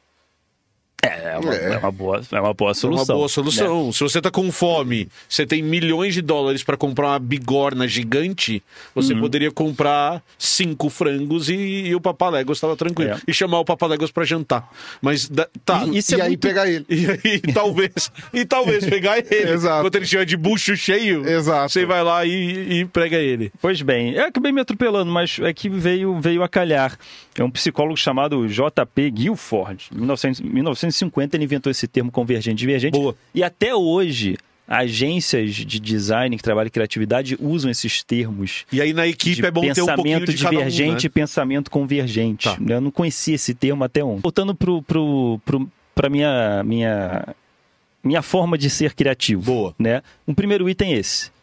C: É uma,
A: É.
C: é uma boa, é uma boa
B: É
C: solução.
B: uma boa
C: né?
B: solução. Se você tá com fome, você tem milhões de dólares para comprar uma bigorna gigante, você
C: Uhum.
B: poderia comprar cinco frangos e, e o papaléguas estava tranquilo.
C: É.
B: E chamar o papaléguas para jantar. Mas da- tá.
C: E- isso é
A: e aí
C: muito-
A: pegar ele.
B: E aí, [laughs] talvez, e talvez pegar ele.
A: [laughs] Exato.
B: Quando ele estiver de bucho cheio,
A: Exato.
B: você vai lá e, e prega ele.
C: Pois bem, eu acabei me atropelando, mas é que veio, veio a calhar. É um psicólogo chamado J.P. Guilford. Em 1900 1950 ele inventou esse termo convergente e divergente.
B: Boa.
C: E até hoje, agências de design que trabalham em criatividade usam esses termos.
B: E aí na equipe
C: de
B: é bom ter um pouquinho
C: pensamento
B: de cada um, né?
C: divergente e pensamento convergente.
B: Tá.
C: Eu não conhecia esse termo até ontem. Voltando para pro, pro, pra minha, minha, minha forma de ser criativo.
B: Boa.
C: Né? Um primeiro item é esse.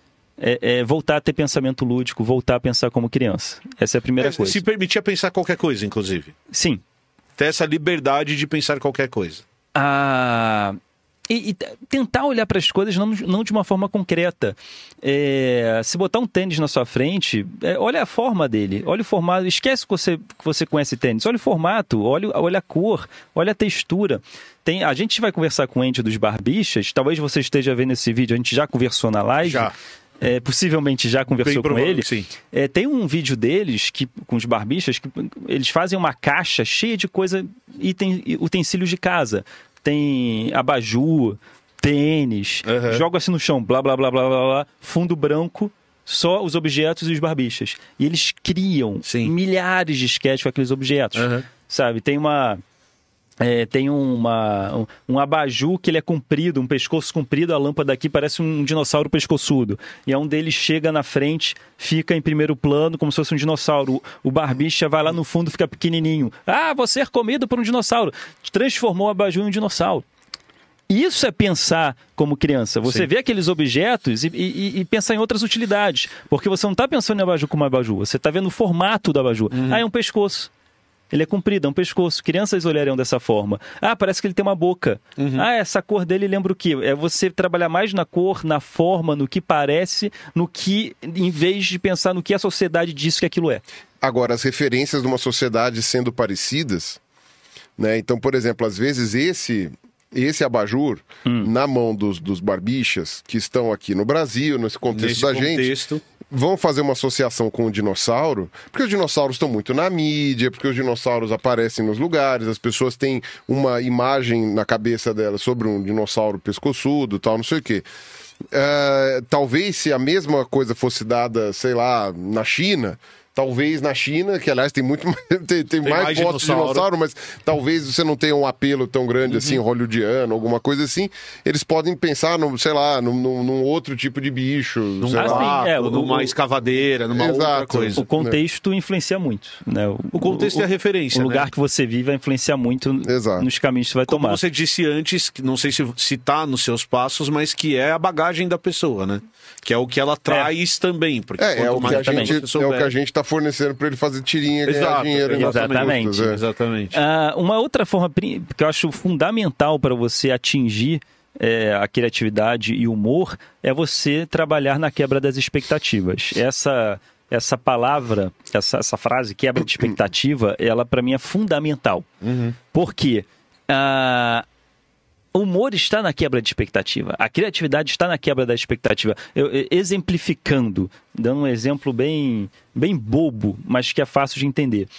C: É, é voltar a ter pensamento lúdico, voltar a pensar como criança. Essa é a primeira
B: É,
C: coisa.
B: Se permitia pensar qualquer coisa, inclusive.
C: Sim.
B: Ter essa liberdade de pensar qualquer coisa.
C: a- Ah, E, e t- tentar olhar para as coisas não, não de uma forma concreta. É, se botar um tênis na sua frente, é, olha a forma dele, olha o formato. Esquece que você, que você conhece tênis. Olha o formato, olha, o- olha a cor, olha a textura. Tem, a gente vai conversar com o ente dos barbichas. Talvez você esteja vendo esse vídeo, a gente já conversou na live.
B: Já.
C: É, possivelmente já conversou com
B: provável
C: ele.
B: que sim.
C: É, tem um vídeo deles, que, com os barbichas, que eles fazem uma caixa cheia de coisa, item, utensílios de casa. Tem abajur, tênis,
B: Aham.
C: joga assim no chão, blá, blá, blá, blá, blá, blá, fundo branco, só os objetos e os barbichas. E eles criam
B: Sim.
C: milhares de sketches com aqueles objetos.
B: Aham.
C: Sabe, tem uma... É, tem uma, um, um abajur que ele é comprido, um pescoço comprido, a lâmpada aqui parece um dinossauro pescoçudo. E é um deles chega na frente, fica em primeiro plano, como se fosse um dinossauro. O o barbicha vai lá no fundo, fica pequenininho. Ah, você é comido por um dinossauro. Transformou o abajur em um dinossauro. Isso é pensar como criança. Você
B: Sim.
C: vê aqueles objetos e, e- e pensar em outras utilidades. Porque você não está pensando em abajur como abajur, você está vendo o formato do abajur.
B: Uhum.
C: Ah, é um pescoço. Ele é comprido, é um pescoço. Crianças olhariam dessa forma. Ah, parece que ele tem uma boca.
B: Uhum.
C: Ah, essa cor dele lembra o quê? É você trabalhar mais na cor, na forma, no que parece, no que, em vez de pensar no que a sociedade diz que aquilo é.
A: Agora, as referências de uma sociedade sendo parecidas, né? Então, por exemplo, às vezes esse esse abajur na mão dos, dos barbichas que estão aqui no Brasil, nesse contexto
B: Nesse
A: da gente,
B: contexto.
A: vão fazer uma associação com o dinossauro, porque os dinossauros estão muito na mídia, porque os dinossauros aparecem nos lugares, as pessoas têm uma imagem na cabeça delas sobre um dinossauro pescoçudo, tal, não sei o quê. Ah, talvez se a mesma coisa fosse dada, sei lá, na China, talvez na China, que aliás tem muito [laughs] mais- tem, tem mais,
B: mais
A: fotos de
B: dinossauro.
A: dinossauro claro, mas talvez você não tenha um apelo tão grande assim, hollywoodiano, alguma coisa assim. Eles podem pensar, num, sei lá, num, num- num outro tipo de bicho. sei
C: Ah,
A: lá.
C: sim.
B: Papo,
C: é, o-
B: numa
C: o-
B: escavadeira, numa outra
A: Exato.
C: O
B: coisa.
C: contexto influencia muito. Né? O,
B: O contexto é a referência,
C: O
B: né?
C: lugar que você vive vai influenciar muito
A: Exato.
C: nos caminhos que você vai
B: Como
C: tomar.
B: você disse antes, que não sei se, se tá nos seus passos, mas que é a bagagem da pessoa, né? Que é o que ela traz também. Porque
A: É, é
B: quanto
A: o, que
B: mais
A: a
B: também
A: gente,
B: você
A: é
B: souber-
A: o que a gente tá fornecendo para ele fazer tirinha, ganhar
B: Exato,
A: dinheiro. nas custas,
C: exatamente.
A: é.
B: Exatamente.
C: Ah, uma outra forma pri- que eu acho fundamental para você atingir é, a criatividade e o humor é você trabalhar na quebra das expectativas. Essa essa palavra, essa, essa frase, quebra de expectativa, ela para mim é fundamental. Porque ah, o humor está na quebra de expectativa, a criatividade está na quebra da expectativa. Eu, eh, exemplificando, dando um exemplo bem, bem bobo, mas que é fácil de entender.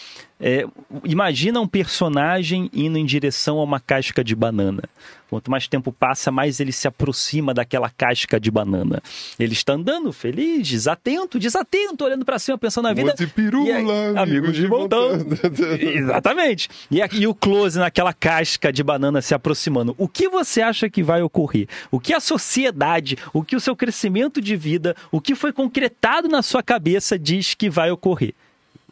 C: É, imagina um personagem indo em direção a uma casca de banana. Quanto mais tempo passa, mais ele se aproxima daquela casca de banana. Ele está andando feliz, desatento, desatento, olhando para cima, pensando na vida.
A: Monte pirula,
C: E aí-
A: amigo
C: amigos de
A: de
C: montão.
A: montão.
C: [laughs] Exatamente. E, aqui- e o close naquela casca de banana se aproximando. O que você acha que vai ocorrer? O que a sociedade, o que o seu crescimento de vida, o que foi concretado na sua cabeça diz que vai ocorrer?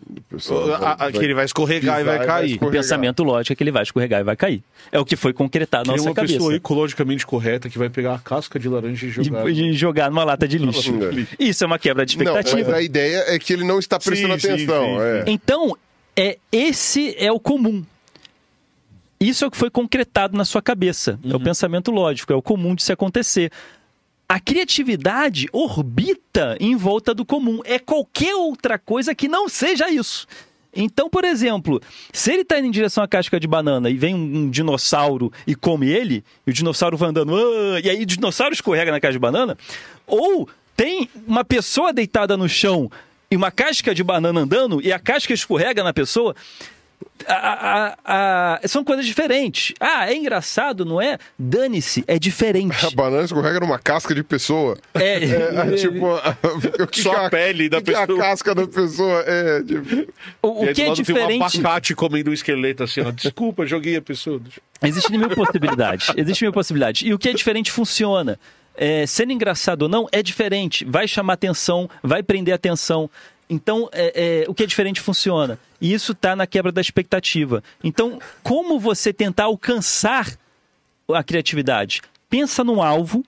C: Um
A: É, Pessoal,
B: A- a-
A: vai-
B: que ele vai escorregar
A: pisar
B: e vai
C: O
B: cair.
A: escorregar.
C: pensamento lógico é que ele vai escorregar e vai cair. É o que foi concretado na
B: Tem
C: nossa
B: uma
C: cabeça.
B: pessoa ecologicamente correta que vai pegar a casca de laranja e jogar.
C: E, e jogar numa lata de lixo. Isso é uma quebra de
A: Não, mas
C: expectativa.
A: a ideia é que ele não está prestando
B: Sim, sim,
A: atenção.
B: sim,
A: é.
C: Então, é esse é o comum. Isso é o que foi concretado na sua cabeça. É o pensamento lógico, é o comum de se acontecer. A criatividade orbita em volta do comum. É qualquer outra coisa que não seja isso. Então, por exemplo, se ele está indo em direção à casca de banana e vem um, um dinossauro e come ele, e o dinossauro vai andando, "Ah", e aí o dinossauro escorrega na casca de banana, ou tem uma pessoa deitada no chão e uma casca de banana andando e a casca escorrega na pessoa, a- a- a- são coisas diferentes. Ah, é engraçado, não é? Dane-se,
A: [laughs]
C: é diferente.
A: A banana escorrega numa casca de pessoa.
C: É,
A: É, tipo, o que
B: Só
A: que
B: a pele da
A: o que que
B: pessoa.
A: a casca da pessoa é. Tipo,
C: o,
B: E
C: o
B: aí do
C: que é
B: lado Tem um
C: diferente.
B: abacate comendo um esqueleto assim, ó. Desculpa, joguei a pessoa.
C: Existem mil possibilidades. Existem mil possibilidades. E o que é diferente funciona. É, sendo engraçado ou não, é diferente. Vai chamar atenção, vai prender atenção. Então, é, é, o que é diferente funciona. E isso está na quebra da expectativa. Então, como você tentar alcançar a criatividade? Pensa num alvo.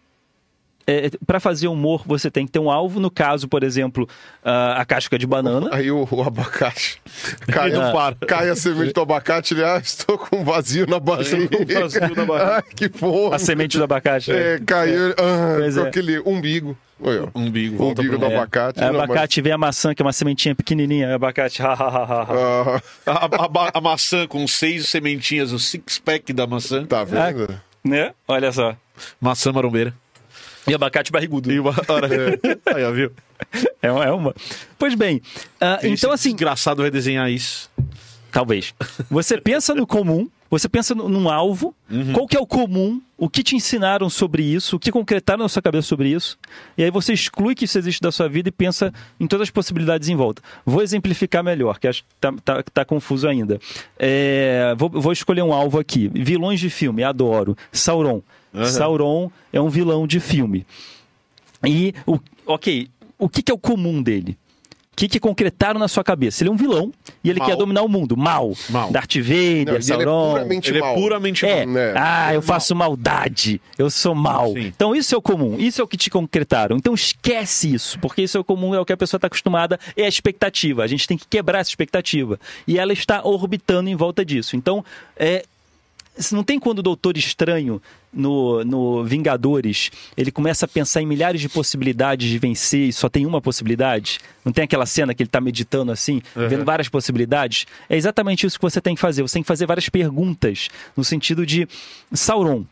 C: para fazer humor, você tem que ter um alvo. No caso, por exemplo, ah, a, a casca de banana.
A: aí o, o abacate. Cai,
B: Ele não para.
A: cai a semente do abacate, ele, ah, estou com um vazio na barriga.
B: com um vazio na
A: [laughs]
B: barriga.
A: ah, que porra.
C: A semente do abacate. né?
A: É, caiu ah,
C: Pois
A: com
C: é.
A: aquele umbigo. Olha, ó.
B: Umbigo,
A: O
B: volta
A: Um umbigo do
B: pro-
A: abacate.
C: Aí
A: não, mas-
C: É. abacate vem a maçã, que é uma sementinha pequenininha. Aí abacate, [laughs] ha, ha, ha, ha, ha.
A: Ah,
B: A, a- a maçã com seis sementinhas, o six-pack da maçã.
A: tá vendo?
C: Né? Olha só.
B: Maçã marombeira.
C: E abacate barrigudo.
B: E uma hora. Aí, ó, viu?
C: É uma. é uma. Pois bem, ah, então
B: Esse
C: assim,
B: Engraçado vai desenhar isso.
C: talvez. Você pensa no comum, você pensa no- num alvo, qual que é o comum, o que te ensinaram sobre isso, o que concretaram na sua cabeça sobre isso, e aí você exclui que isso existe da sua vida e pensa em todas as possibilidades em volta. Vou exemplificar melhor, que acho que tá, tá- tá confuso ainda. É, vou, vou escolher um alvo aqui. Vilões de filme, adoro. Sauron. Sauron é um vilão de filme. E, o, ok, o que, que é o comum dele? O que, que concretaram na sua cabeça? Ele é um vilão e ele
B: Mal.
C: quer dominar o mundo. Mal.
B: Mal.
C: Darth Vader,
A: Não, e ele é
C: Sauron.
A: puramente
B: Ele
A: mal.
B: é puramente
C: É.
B: mal.
A: né?
C: Ah, eu faço maldade. Eu sou mal.
B: Sim.
C: Então isso é o comum. Isso é o que te concretaram. Então esquece isso, porque isso é o comum, é o que a pessoa está acostumada, é a expectativa. A gente tem que quebrar essa expectativa. E ela está orbitando em volta disso. Então, é, se Não tem quando o Doutor Estranho, no, no Vingadores, ele começa a pensar em milhares de possibilidades de vencer e só tem uma possibilidade? Não tem aquela cena que ele está meditando assim, vendo várias possibilidades? É exatamente isso que você tem que fazer. Você tem que fazer várias perguntas, no sentido de Sauron,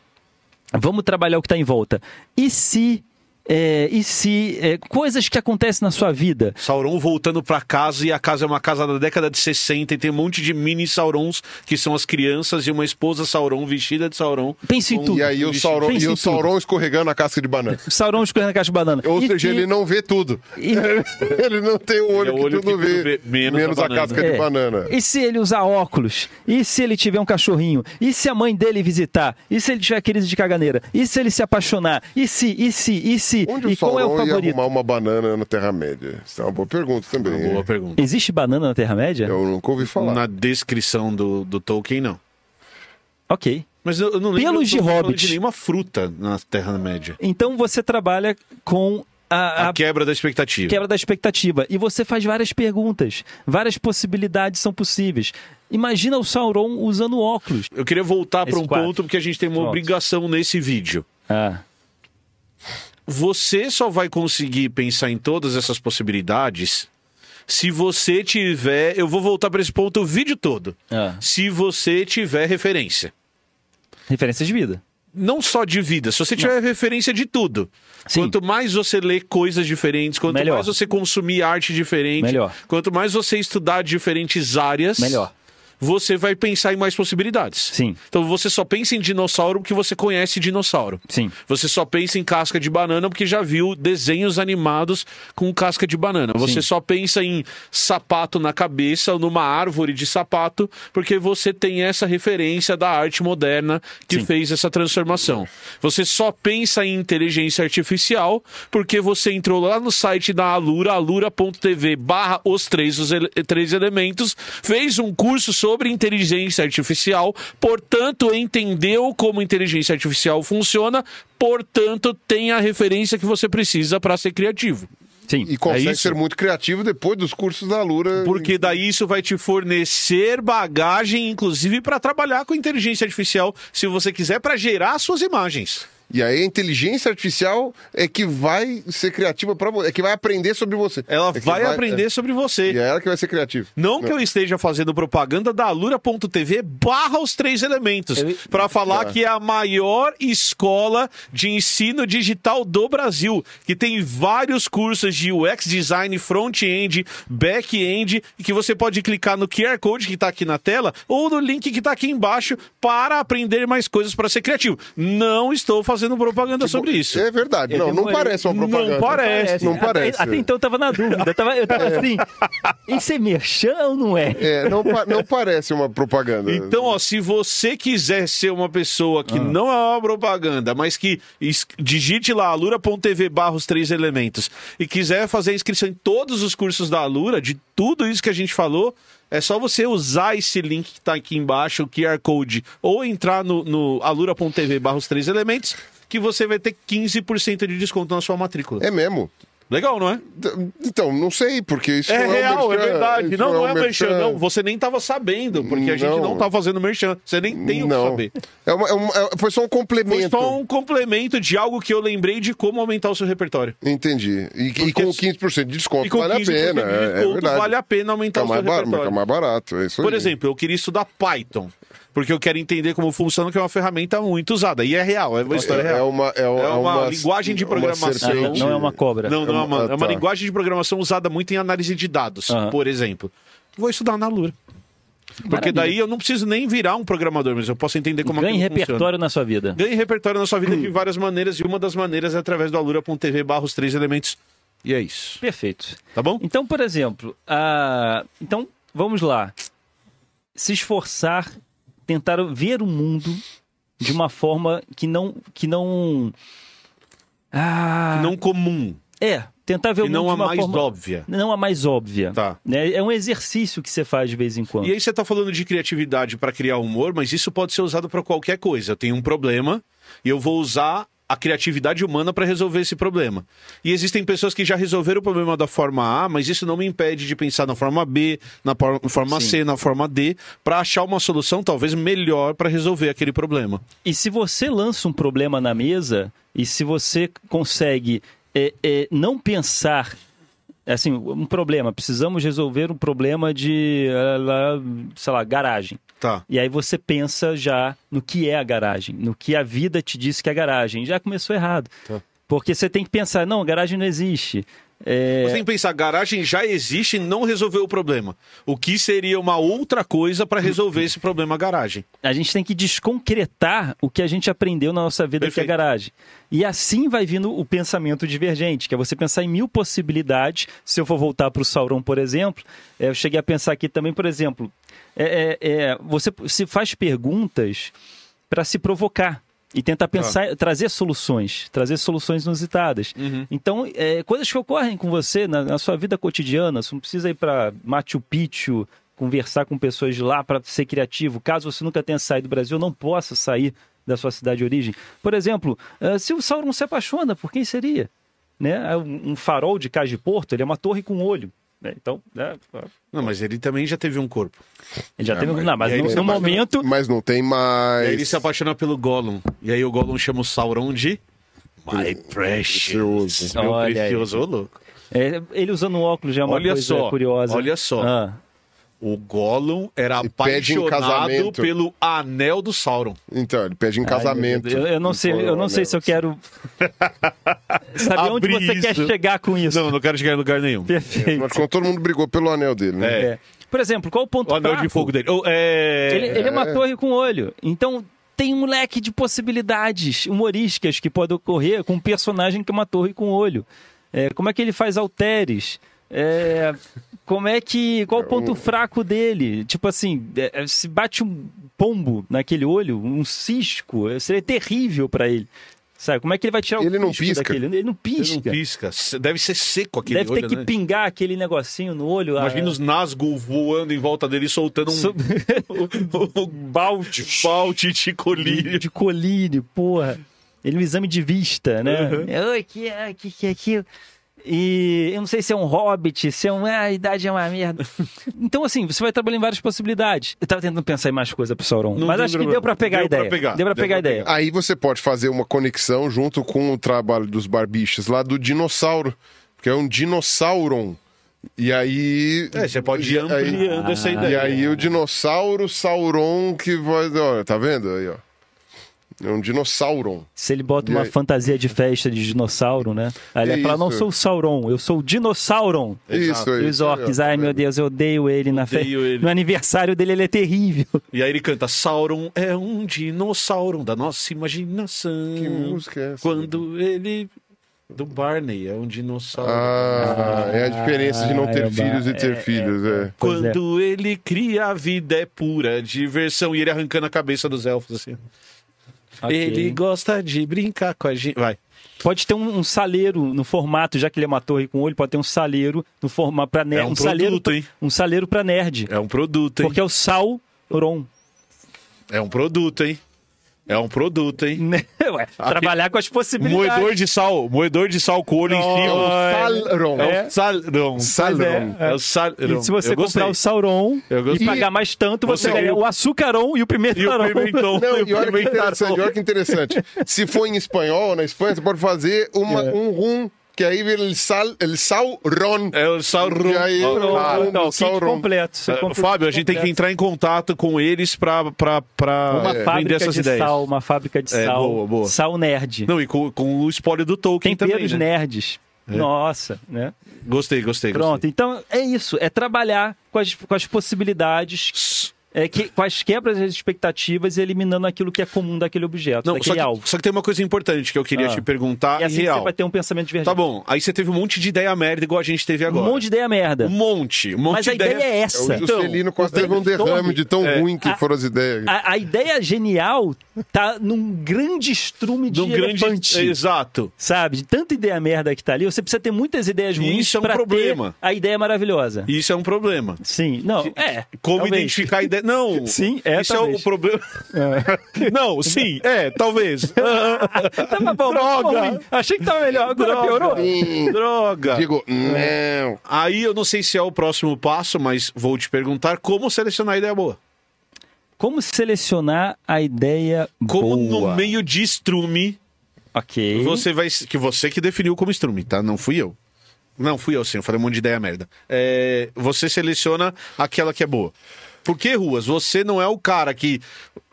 C: vamos trabalhar o que está em volta. E se. é, e se é, coisas que acontecem na sua vida
B: Sauron voltando pra casa e a casa é uma casa da década de 60 e tem um monte de mini Saurons que são as crianças e uma esposa Sauron vestida de Sauron.
C: Pense em
B: Com-
C: tudo.
A: E aí o
B: Vixe,
A: Sauron,
C: pensa
A: e
C: em
A: o
C: tudo.
A: Sauron escorregando a casca de banana.
C: Sauron escorrendo na caixa de banana.
A: Ou
C: E
A: seja,
C: que-
A: ele não vê tudo.
C: e-
A: [laughs] Ele não tem um olho,
B: é o olho
A: que tudo
B: que
A: vê,
B: tudo vê, menos
A: menos
B: a
A: a,
B: banana.
A: casca
C: É.
A: de banana.
C: E se ele usar óculos? E se ele tiver um cachorrinho? E se a mãe dele visitar? E se ele tiver crise de caganeira? E se ele se apaixonar? E se, e se, e se?
A: Onde
C: e
A: o
C: qual
A: Sauron
C: é o
A: ia
C: favorito?
A: arrumar uma banana na Terra-média? Isso é uma boa pergunta também. hein?
C: É.
B: Boa pergunta.
C: Existe banana na Terra-média?
A: Eu nunca ouvi falar.
B: Na descrição do, do Tolkien, não.
C: Ok.
B: Mas eu, eu não
C: Pelos
B: lembro eu não
C: de
B: lembro
C: Hobbit.
B: de nenhuma fruta na Terra-média.
C: Então você trabalha com a, é-
B: A
C: a
B: quebra da expectativa.
C: quebra da expectativa. E você faz várias perguntas. Várias possibilidades são possíveis. Imagina o Sauron usando óculos.
B: Eu queria voltar para
C: Esse
B: um
C: quadro.
B: ponto porque a gente tem uma
C: Pronto.
B: obrigação nesse vídeo.
C: Ah.
B: Você só vai conseguir pensar em todas essas possibilidades Se você tiver. Eu vou voltar para esse ponto o vídeo todo.
C: Ah.
B: Se você tiver referência.
C: Referência de vida.
B: Não só de vida, se você tiver referência de tudo.
C: Sim.
B: Quanto mais você lê coisas diferentes, quanto
C: Melhor.
B: mais você consumir arte diferente,
C: Melhor.
B: quanto mais você estudar diferentes áreas,
C: Melhor.
B: você vai pensar em mais possibilidades.
C: Sim.
B: Então você só pensa em dinossauro porque você conhece dinossauro.
C: Sim.
B: Você só pensa em casca de banana porque já viu desenhos animados com casca de banana.
C: Sim.
B: Você só pensa em sapato na cabeça ou numa árvore de sapato porque você tem essa referência da arte moderna que
C: Sim.
B: fez essa transformação. Você só pensa em inteligência artificial porque você entrou lá no site da Alura, alura.tv barra os três, os ele- três elementos, fez um curso sobre inteligência artificial, portanto entendeu como inteligência artificial funciona, portanto tem a referência que você precisa para ser criativo.
C: Sim. É
A: E consegue
B: isso.
A: ser muito criativo depois dos cursos da Lura.
B: Porque daí isso vai te fornecer bagagem, inclusive, para trabalhar com inteligência artificial, se você quiser, para gerar suas imagens.
A: E aí a inteligência artificial é que vai ser criativa para você, é que vai aprender sobre você.
B: Ela
A: É que
B: vai, aprender
A: é.
B: sobre
A: E
B: você.
A: é ela que vai ser criativa.
B: Não que eu esteja fazendo propaganda da alura.tv barra os três elementos para falar que é a maior escola de ensino digital do Brasil, que tem vários cursos de UX design, front-end, back-end, e que você pode clicar no QR Code que tá aqui na tela ou no link que tá aqui embaixo para aprender mais coisas para ser criativo. Não estou fazendo propaganda sobre isso.
A: É verdade. Não, não
C: demorei.
A: parece uma
B: Não
A: propaganda.
B: parece.
A: Não
C: Até-
A: parece.
C: Até, então eu tava na dúvida. Eu tava,
A: [laughs]
C: eu tava assim. Isso é merchan ou não é?
A: É, não, pa- não parece uma propaganda.
B: Então, ó, se você quiser ser uma pessoa
A: Ah.
B: que não é uma propaganda, mas que es- digite lá alura.tv barra os três elementos e quiser fazer a inscrição em todos os cursos da Alura, de tudo isso que a gente falou, é só você usar esse link que tá aqui embaixo, o QR Code, ou entrar no, no alura.tv barra os três elementos, que você vai ter 15% de desconto na sua matrícula.
A: É mesmo.
B: Legal, não é?
A: D- Então, não sei, porque isso
B: É
A: não
B: real,
A: um merchan,
B: é verdade.
A: isso
B: Não, não é
A: um
B: merchan, não. Você nem tava sabendo, porque a gente
A: Não.
B: não tá fazendo merchan. Você nem tem o que
A: não.
B: saber.
A: É uma- é uma- é- foi só um
B: Foi
A: complemento.
B: só um complemento de algo que eu lembrei de como aumentar o seu repertório.
A: Entendi. E, e
B: Porque-
A: com 15% de desconto
B: E com
A: vale
B: 15%
A: a pena.
B: de
A: é- é
B: desconto,
A: verdade.
B: vale a pena aumentar
A: Fica
B: o seu
A: mais, bar-
B: repertório.
A: fica mais barato. É isso
B: Por
A: aí.
B: exemplo, eu queria estudar Python, porque eu quero entender como funciona, que é uma ferramenta muito usada. E é real, é uma história
A: é, é
B: real.
A: uma, é, um-
B: É
A: é
B: uma
A: uma,
B: linguagem de
A: uma
B: programação.
C: Ah, não,
A: serpente.
C: não é uma cobra.
B: Não, não é uma,
A: Ah,
B: é
A: tá.
B: uma linguagem de programação usada muito em análise de dados,
C: Aham.
B: por exemplo. Vou estudar na Lura. Porque
C: Maravilha.
B: daí eu não preciso nem virar um programador, mas eu posso entender como
C: Então, Ganhe
B: aquilo
C: repertório
B: funciona.
C: na sua vida.
B: Ganhe repertório na sua vida de várias maneiras, e uma das maneiras é através do alura.tv barra os três elementos. E é isso.
C: Perfeito.
B: Tá bom?
C: Então, por exemplo, a... então vamos lá. Se esforçar, tentar ver o mundo de uma forma que não que não ah,
B: Não comum.
C: é tentar ver o
B: e
C: mundo
B: não
C: de
B: a
C: uma
B: mais
C: forma
B: óbvia.
C: não a mais óbvia.
B: Tá.
C: né? É um exercício que você faz de vez em quando.
B: E aí você tá falando de criatividade para criar humor, mas isso pode ser usado para qualquer coisa. Eu tenho um problema e eu vou usar a criatividade humana para resolver esse problema. E existem pessoas que já resolveram o problema da forma A, mas isso não me impede de pensar na forma B, na por- forma C, na forma D, para achar uma solução talvez melhor para resolver aquele problema.
C: E se você lança um problema na mesa e se você consegue é, é, não pensar assim um problema, precisamos resolver um problema de ah, lá, sei lá garagem.
B: Tá.
C: E aí você pensa já no que é a garagem, no que a vida te disse que é a garagem. Já começou errado. Porque você tem que pensar, não, garagem não existe. É,
B: Você tem que pensar, garagem já existe e não resolveu o problema. O que seria uma outra coisa para resolver esse problema garagem?
C: A gente tem que desconcretar o que a gente aprendeu na nossa vida que é
B: Perfeito.
C: garagem. E assim vai vindo o pensamento divergente, que é você pensar em mil possibilidades. Se eu for voltar para o Sauron, por exemplo, eh, eu cheguei a pensar aqui também, por exemplo, é, é, é, você se faz perguntas para se provocar. E tentar pensar, trazer soluções, trazer soluções inusitadas. Então, é, coisas que ocorrem com você na, na sua vida cotidiana, você não precisa ir para Machu Picchu, conversar com pessoas de lá para ser criativo. Caso você nunca tenha saído do Brasil, não possa sair da sua cidade de origem. Por exemplo, eh, se o Sauron se apaixona, por quem seria? Né? Um um farol de Cais de Porto, ele é uma torre com um olho. né? Então, né,
B: Não, mas ele também já teve um corpo.
C: ele já teve. um-
A: mas-
C: não, mas
B: Ah, e aí
C: no,
B: você
C: no
B: vai-
C: momento.
A: Mas não tem mais.
B: E aí ele se apaixona pelo Gollum. E aí o Gollum chama o Sauron de. My precious.
A: Precioso.
B: Meu
C: Olha aí.
B: precioso, ô louco.
C: É, ele usando um óculos já é uma
B: Olha
C: coisa
B: só,
C: curiosa.
B: olha só.
C: Ah,
B: O Gollum era
A: E pede em
B: apaixonado
A: casamento.
B: pelo anel do Sauron.
A: Então, ele pede em casamento.
C: eu, eu não sei, eu não sei se eu
B: [laughs]
C: quero. Sabe onde
B: Abrir
C: você quer
B: isso.
C: chegar com isso?
B: Não, não quero chegar em lugar nenhum.
C: é Perfeito.
A: Mas quando todo mundo brigou pelo anel dele, né?
B: É.
C: É. Por exemplo, qual o ponto
B: O anel
C: fraco?
B: de fogo dele. Oh, é...
C: Ele, ele é uma torre com olho. Então tem um leque de possibilidades humorísticas que pode ocorrer com um personagem que é uma torre com olho. É, como é que ele faz alteres? É, como é que. Qual o ponto fraco dele? Tipo assim, é, é, se bate um pombo naquele olho, um cisco, é, seria terrível pra ele. Sabe? Como é que ele vai tirar
A: Ele
C: o
A: não
C: cisco
A: pisca.
C: daquele? Ele não
B: Ele não
C: pisca.
B: pisca. Deve ser seco aquele
C: Deve
B: olho,
C: ter que
B: né?
C: pingar aquele negocinho no olho. a-
B: Imagina os Nazgûl voando em volta dele soltando um
C: Sob-
B: [laughs] o balde, balde de colírio.
C: de colírio, porra. Ele é um exame de vista, né?
B: Uhum.
C: Ai, que é, que que é aquilo. E eu não sei se é um hobbit, se é um. Ah, a idade é uma
B: [laughs]
C: merda. Então, assim, você vai trabalhar em várias possibilidades. Eu tava tentando pensar em mais coisa pro Sauron,
B: Não
C: mas
B: deu
C: acho que
B: pra-
C: deu pra pegar a
B: deu pra
C: ideia.
B: pegar,
C: Deu pra
B: deu
C: pegar a
B: pra
C: ideia.
A: Aí você pode fazer uma conexão junto com o trabalho dos barbichas lá do dinossauro, que é um dinossauron. E aí.
B: É, você pode ir
A: aí-
B: ampliando essa
A: E
B: ideia.
A: aí o dinossauro Sauron que vai. Olha, tá vendo aí, ó? É um dinossauron.
C: Se ele bota
A: E
C: uma
A: aí?
C: fantasia de festa de dinossauro, né? Aí ele vai
A: Isso.
C: falar: não sou o Sauron, eu sou o Dinossauron.
A: Isso aí.
C: E os orcs, ai meu Deus, eu odeio ele na festa.
B: é, Odeio ele.
C: No aniversário dele, ele é terrível.
B: E aí ele canta: Sauron é um dinossauro da nossa imaginação.
A: Que música é essa?
B: Quando ele. Do Barney, é um dinossauro.
A: Ah, é a diferença de não ter
C: Ah, é,
A: filhos e ter
C: é,
A: filhos, é.
C: Pois é.
B: Quando ele cria a vida é pura diversão. E ele arrancando a cabeça dos elfos, assim. Ele
C: Ok.
B: gosta de brincar com a gente. Vai.
C: Pode ter um, um saleiro no formato, já que ele é uma torre com olho, pode ter um saleiro no formato para nerd.
B: É um
C: saleiro,
B: produto, hein?
C: Um saleiro para nerd.
B: É um produto, hein?
C: Porque é o Sauron.
B: É um produto, hein? É um produto, hein?
C: né? [laughs] Ué, trabalhar com as possibilidades.
B: Moedor de sal, moedor de sal com o olho em
A: É
B: cima.
A: o Sauron.
B: É o Salron.
A: Sauron.
B: É o Salron.
C: E se você
B: Eu gostei.
C: comprar o Sauron
B: Eu
C: e
B: gostei.
C: pagar mais tanto, você
B: Você
C: ganha
B: ganhou.
C: o açucarão e o primeiro
B: E o então.
C: tarão. [laughs]
B: pimentão.
A: Não,
B: Eu
A: e olha que
B: também tava.
A: interessante, olha que interessante. Se for em espanhol, na Espanha, você pode fazer uma, um rum, que aí vira el, sal, el sauron.
B: É o Salron.
A: E aí,
B: Ó,
A: pronto.
B: ó,
C: Não, o Então, kit
A: Sauron.
C: completo. Você
B: ó,
C: compra o kit
B: Fábio, a gente tem que
C: completo.
B: entrar em contato com eles pra, pra, pra
C: Uma
B: é, vender
C: fábrica
B: essas
C: de
B: ideias.
C: sal, uma fábrica de
B: É,
C: sal.
B: boa, boa.
C: Sal nerd.
B: Não, e com, com o spoiler do Tolkien também.
C: Temperos
B: né?
C: nerds. Nossa, né?
B: Gostei, gostei.
C: Pronto, então é isso. É trabalhar com as, com as possibilidades,
B: gostei.
C: é, que, com as quebras das expectativas e eliminando aquilo que é comum daquele objeto,
B: Não, só
C: daquele alvo.
B: que, só que tem uma coisa importante que eu queria
C: é Ah.
B: te perguntar
C: E assim
B: real.
C: você vai ter um pensamento
B: Tá
C: divergente.
B: bom, aí você teve um monte de ideia merda igual a gente teve
C: um
B: agora.
C: monte de ideia merda.
B: Um monte, um monte
C: Mas
B: de
C: a ideia, é
A: O
C: essa.
A: Juscelino quase teve um derrame de tão ruim que foram as ideias.
C: A, a ideia genial tá num grande estrume de
B: de um grande.
C: elefante.
B: Exato.
C: Sabe? De tanta ideia merda que tá ali, você precisa ter muitas ideias
B: E
C: ruins
B: isso é um
C: pra
B: problema.
C: ter a ideia maravilhosa.
B: E Isso é um problema.
C: Sim, não, é.
B: Como
C: talvez.
B: identificar a ideia. Não.
C: Sim, é,
B: Isso é
C: talvez.
B: o problema. [laughs] Não, sim,
C: [laughs]
B: é, talvez. Ah,
C: Tava Tá bom, mas tava
B: Droga!
C: ruim. Achei que tava melhor, agora
B: Droga!
C: piorou.
A: Hum,
B: Droga.
A: Digo, não.
B: Aí eu não sei se é o próximo passo, mas vou te perguntar como selecionar a ideia boa.
C: Como selecionar a ideia
B: Como
C: boa?
B: no meio de estrume,
C: Ok.
B: você vai. Que você que definiu como estrume, tá? Não fui eu. Não, fui eu sim, eu falei um monte de ideia merda. É, você seleciona aquela que é boa. Porque, Ruas, você não é o cara que.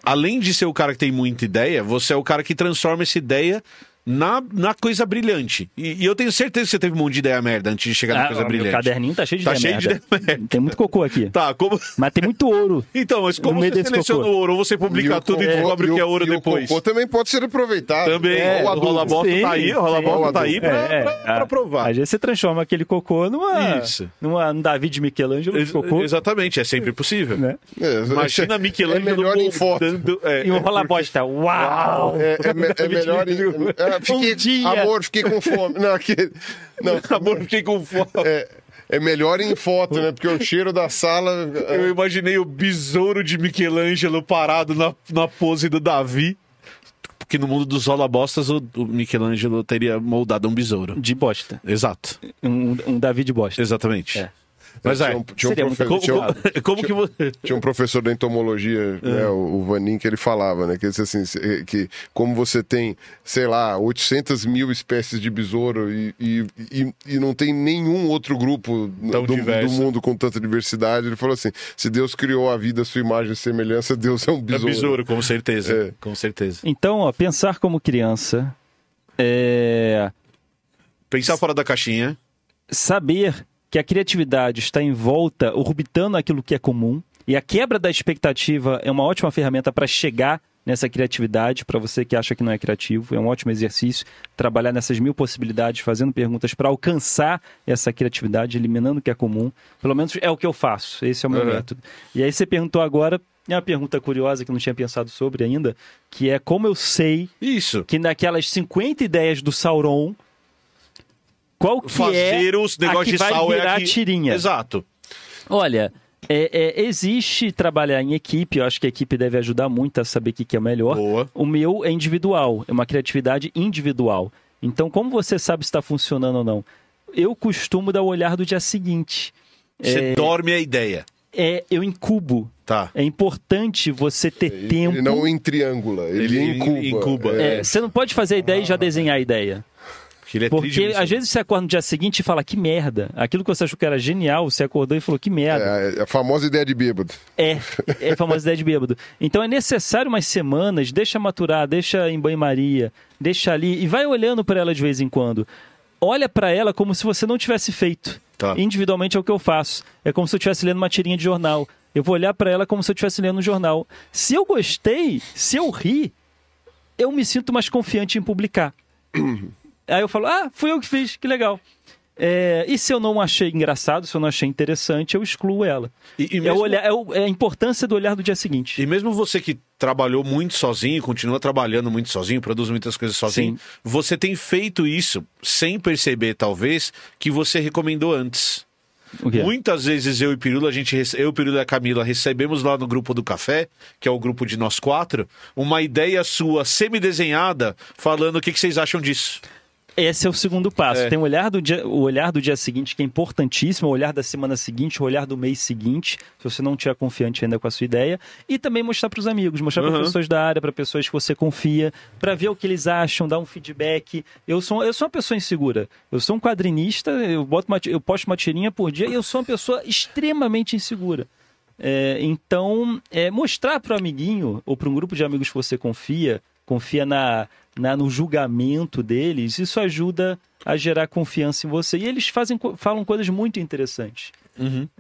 B: Além de ser o cara que tem muita ideia, você é o cara que transforma essa ideia na, na coisa brilhante. E, e eu tenho certeza que você teve um monte de ideia merda antes de chegar
C: Ah,
B: na é coisa
C: o
B: brilhante.
C: caderninho tá cheio de
B: Tá
C: ideia
B: cheio de
C: merda.
B: ideia merda.
C: Tem muito cocô aqui.
B: Tá, como. [laughs]
C: Mas tem muito ouro.
B: Então, mas
C: No
B: como
C: meio
B: você
C: desse
B: seleciona
C: cocô.
B: o ouro? Ou
A: E
B: você
A: o
B: publica tudo e
A: cocô-
B: descobre
A: o-
B: que é ouro
A: e
B: depois?
A: O cocô tá É, também pode ser aproveitado.
B: Também.
A: Ou
B: o
A: adubo.
B: rola bosta tá aí, o rola bosta tá aí pra, pra- pra
C: ah,
B: provar.
C: Às vezes você transforma aquele cocô numa,
B: Isso.
C: numa um David Michelangelo de
B: Ex-
C: cocô
B: Exatamente, é sempre possível.
C: Né?
A: [laughs] É,
B: Imagina Michelangelo
A: É melhor em foto.
B: moldando- é,
C: e um
B: é,
C: rola bosta. Uau!
B: [laughs]
A: É, é me- é melhor em. Ah, fiquei-
C: Um dia.
A: Amor, fiquei com fome. Não,
B: [laughs]
A: aquele- não,
B: Amor, fiquei com fome.
A: é, é melhor em foto, né? Porque o cheiro da sala. ah,
B: Eu imaginei o besouro de Michelangelo parado na, na pose do Davi. Porque no mundo dos rolabostas, o, o Michelangelo teria moldado um besouro.
C: De bosta.
B: Exato.
C: Um, um David bosta.
B: Exatamente.
C: É.
B: Mas é,
A: Tinha um, tinha um
C: seria muito
A: profe-
B: Como,
A: tinha um-
B: como- [laughs] como que você.
A: Tinha um professor da entomologia,
C: É.
A: né, o o Vanin, que ele falava, né? Que ele disse assim, se- que como você tem, sei lá, 800 mil espécies de besouro e, e, e- e não tem nenhum outro grupo
B: Tão
A: do, do
B: diverso.
A: mundo com tanta diversidade, ele falou assim, se Deus criou a vida, a sua imagem e semelhança, Deus é um
B: É
A: besouro.
B: besouro, com certeza.
A: É.
B: Com certeza.
C: Então, ó, pensar como criança é
B: Pensar fora da caixinha.
C: saber que a criatividade está em volta, orbitando aquilo que é comum, e a quebra da expectativa é uma ótima ferramenta para chegar nessa criatividade, para você que acha que não é criativo, é um ótimo exercício trabalhar nessas mil possibilidades, fazendo perguntas para alcançar essa criatividade, eliminando o que é comum. Pelo menos é o que eu faço, esse é o meu
B: Uhum.
C: método. E aí você perguntou agora, é uma pergunta curiosa que eu não tinha pensado sobre ainda, que é como eu sei
B: Isso.
C: que naquelas 50 ideias do Sauron, qual que
B: Fazer
C: é
B: os negócios
C: a que
B: de
C: vai
B: sal é
C: virar
B: aqui.
C: tirinha?
B: Exato.
C: Olha, é- é, existe trabalhar em equipe, eu acho que a equipe deve ajudar muito a saber o que, que é o melhor.
B: Boa.
C: O meu é individual, é uma criatividade individual. Então, como você sabe se está funcionando ou não? Eu costumo dar o olhar do dia seguinte.
B: Você dorme a ideia.
C: É, eu incubo.
B: Tá.
C: É importante você ter tempo.
A: Ele não em triângula, ele,
B: Ele
A: em Cuba.
B: em Cuba.
A: É,
C: É, você não pode fazer a ideia e já
B: Ah.
C: desenhar a ideia.
B: Porque ele é
C: Porque
B: tridimensional.
C: às vezes você acorda no dia seguinte e fala, que merda. Aquilo que você achou que era genial, você acordou e falou, que merda.
A: é a famosa ideia de bêbado.
C: É, é a famosa ideia de bêbado. Então é necessário umas semanas, deixa maturar, deixa em banho-maria, deixa ali e vai olhando para ela de vez em quando. Olha para ela como se você não tivesse feito.
B: Tá.
C: Individualmente é o que eu faço. É como se eu estivesse lendo uma tirinha de jornal. Eu vou olhar para ela como se eu estivesse lendo um jornal. Se eu gostei, se eu ri, eu me sinto mais confiante em
B: [coughs]
C: publicar. Aí eu falo, ah, fui eu que fiz, que legal. É, e se eu não achei engraçado, se eu não achei interessante, eu excluo ela.
B: E- e
C: É, o
B: mesmo-
C: olhar- é o- é a importância do olhar do dia seguinte.
B: E mesmo você que trabalhou muito sozinho, continua trabalhando muito sozinho, produz muitas coisas sozinho,
C: Sim.
B: você tem feito isso sem perceber, talvez, que você recomendou antes.
C: O quê?
B: Muitas vezes eu e Pirula, a gente, rece- eu, Pirula e a Camila recebemos lá no grupo do café, que é o grupo de nós quatro, uma ideia sua semi-desenhada falando o que, que vocês acham disso.
C: Esse é o segundo passo.
B: É.
C: Tem o olhar, do dia, o olhar do dia seguinte, que é importantíssimo, o olhar da semana seguinte, o olhar do mês seguinte, se você não tiver confiante ainda com a sua ideia. E também mostrar para os amigos, mostrar para
B: Uhum.
C: pessoas da área, para pessoas que você confia, para ver o que eles acham, dar um feedback. Eu sou, eu sou uma pessoa insegura. Eu sou um quadrinista, eu, boto uma ti- eu posto uma tirinha por dia e eu sou uma pessoa extremamente insegura. É, então, é, mostrar para o amiguinho ou para um grupo de amigos que você confia, confia na, na- no julgamento deles, isso ajuda a gerar confiança em você. E eles fazem, co- falam coisas muito interessantes.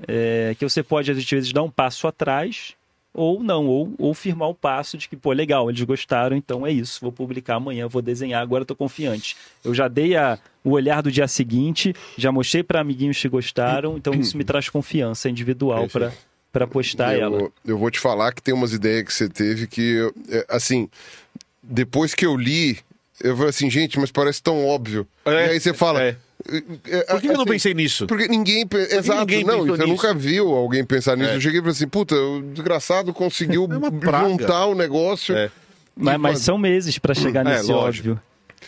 C: É, que você pode, às vezes, dar um passo atrás ou não, ou, ou firmar o passo de que, pô, legal, eles gostaram, então é isso, vou publicar amanhã, vou desenhar, agora eu tô confiante. Eu já dei a- o olhar do dia seguinte, já mostrei para amiguinhos
A: [clears throat]
C: que gostaram, então isso me traz confiança individual para para
B: Tá
C: postar
A: eu,
C: ela.
A: eu vou te falar que tem umas ideias que você teve que, eu- é, assim, depois que eu li, eu falei assim, gente, mas parece tão óbvio.
B: É,
A: e aí você fala. assim,
B: é. Por que, que eu não
A: É,
B: pensei nisso?
A: Porque ninguém. pe- Exato,
B: ninguém
A: não.
B: pensou
A: Então eu
B: nisso?
A: nunca viu alguém pensar nisso.
B: É.
A: Eu cheguei e falei assim: puta, o desgraçado conseguiu
B: É uma praga.
A: montar o negócio.
B: É.
C: Mas, mas são meses
A: [clears throat]
C: para chegar
B: É,
C: nesse
B: lógico.
C: óbvio.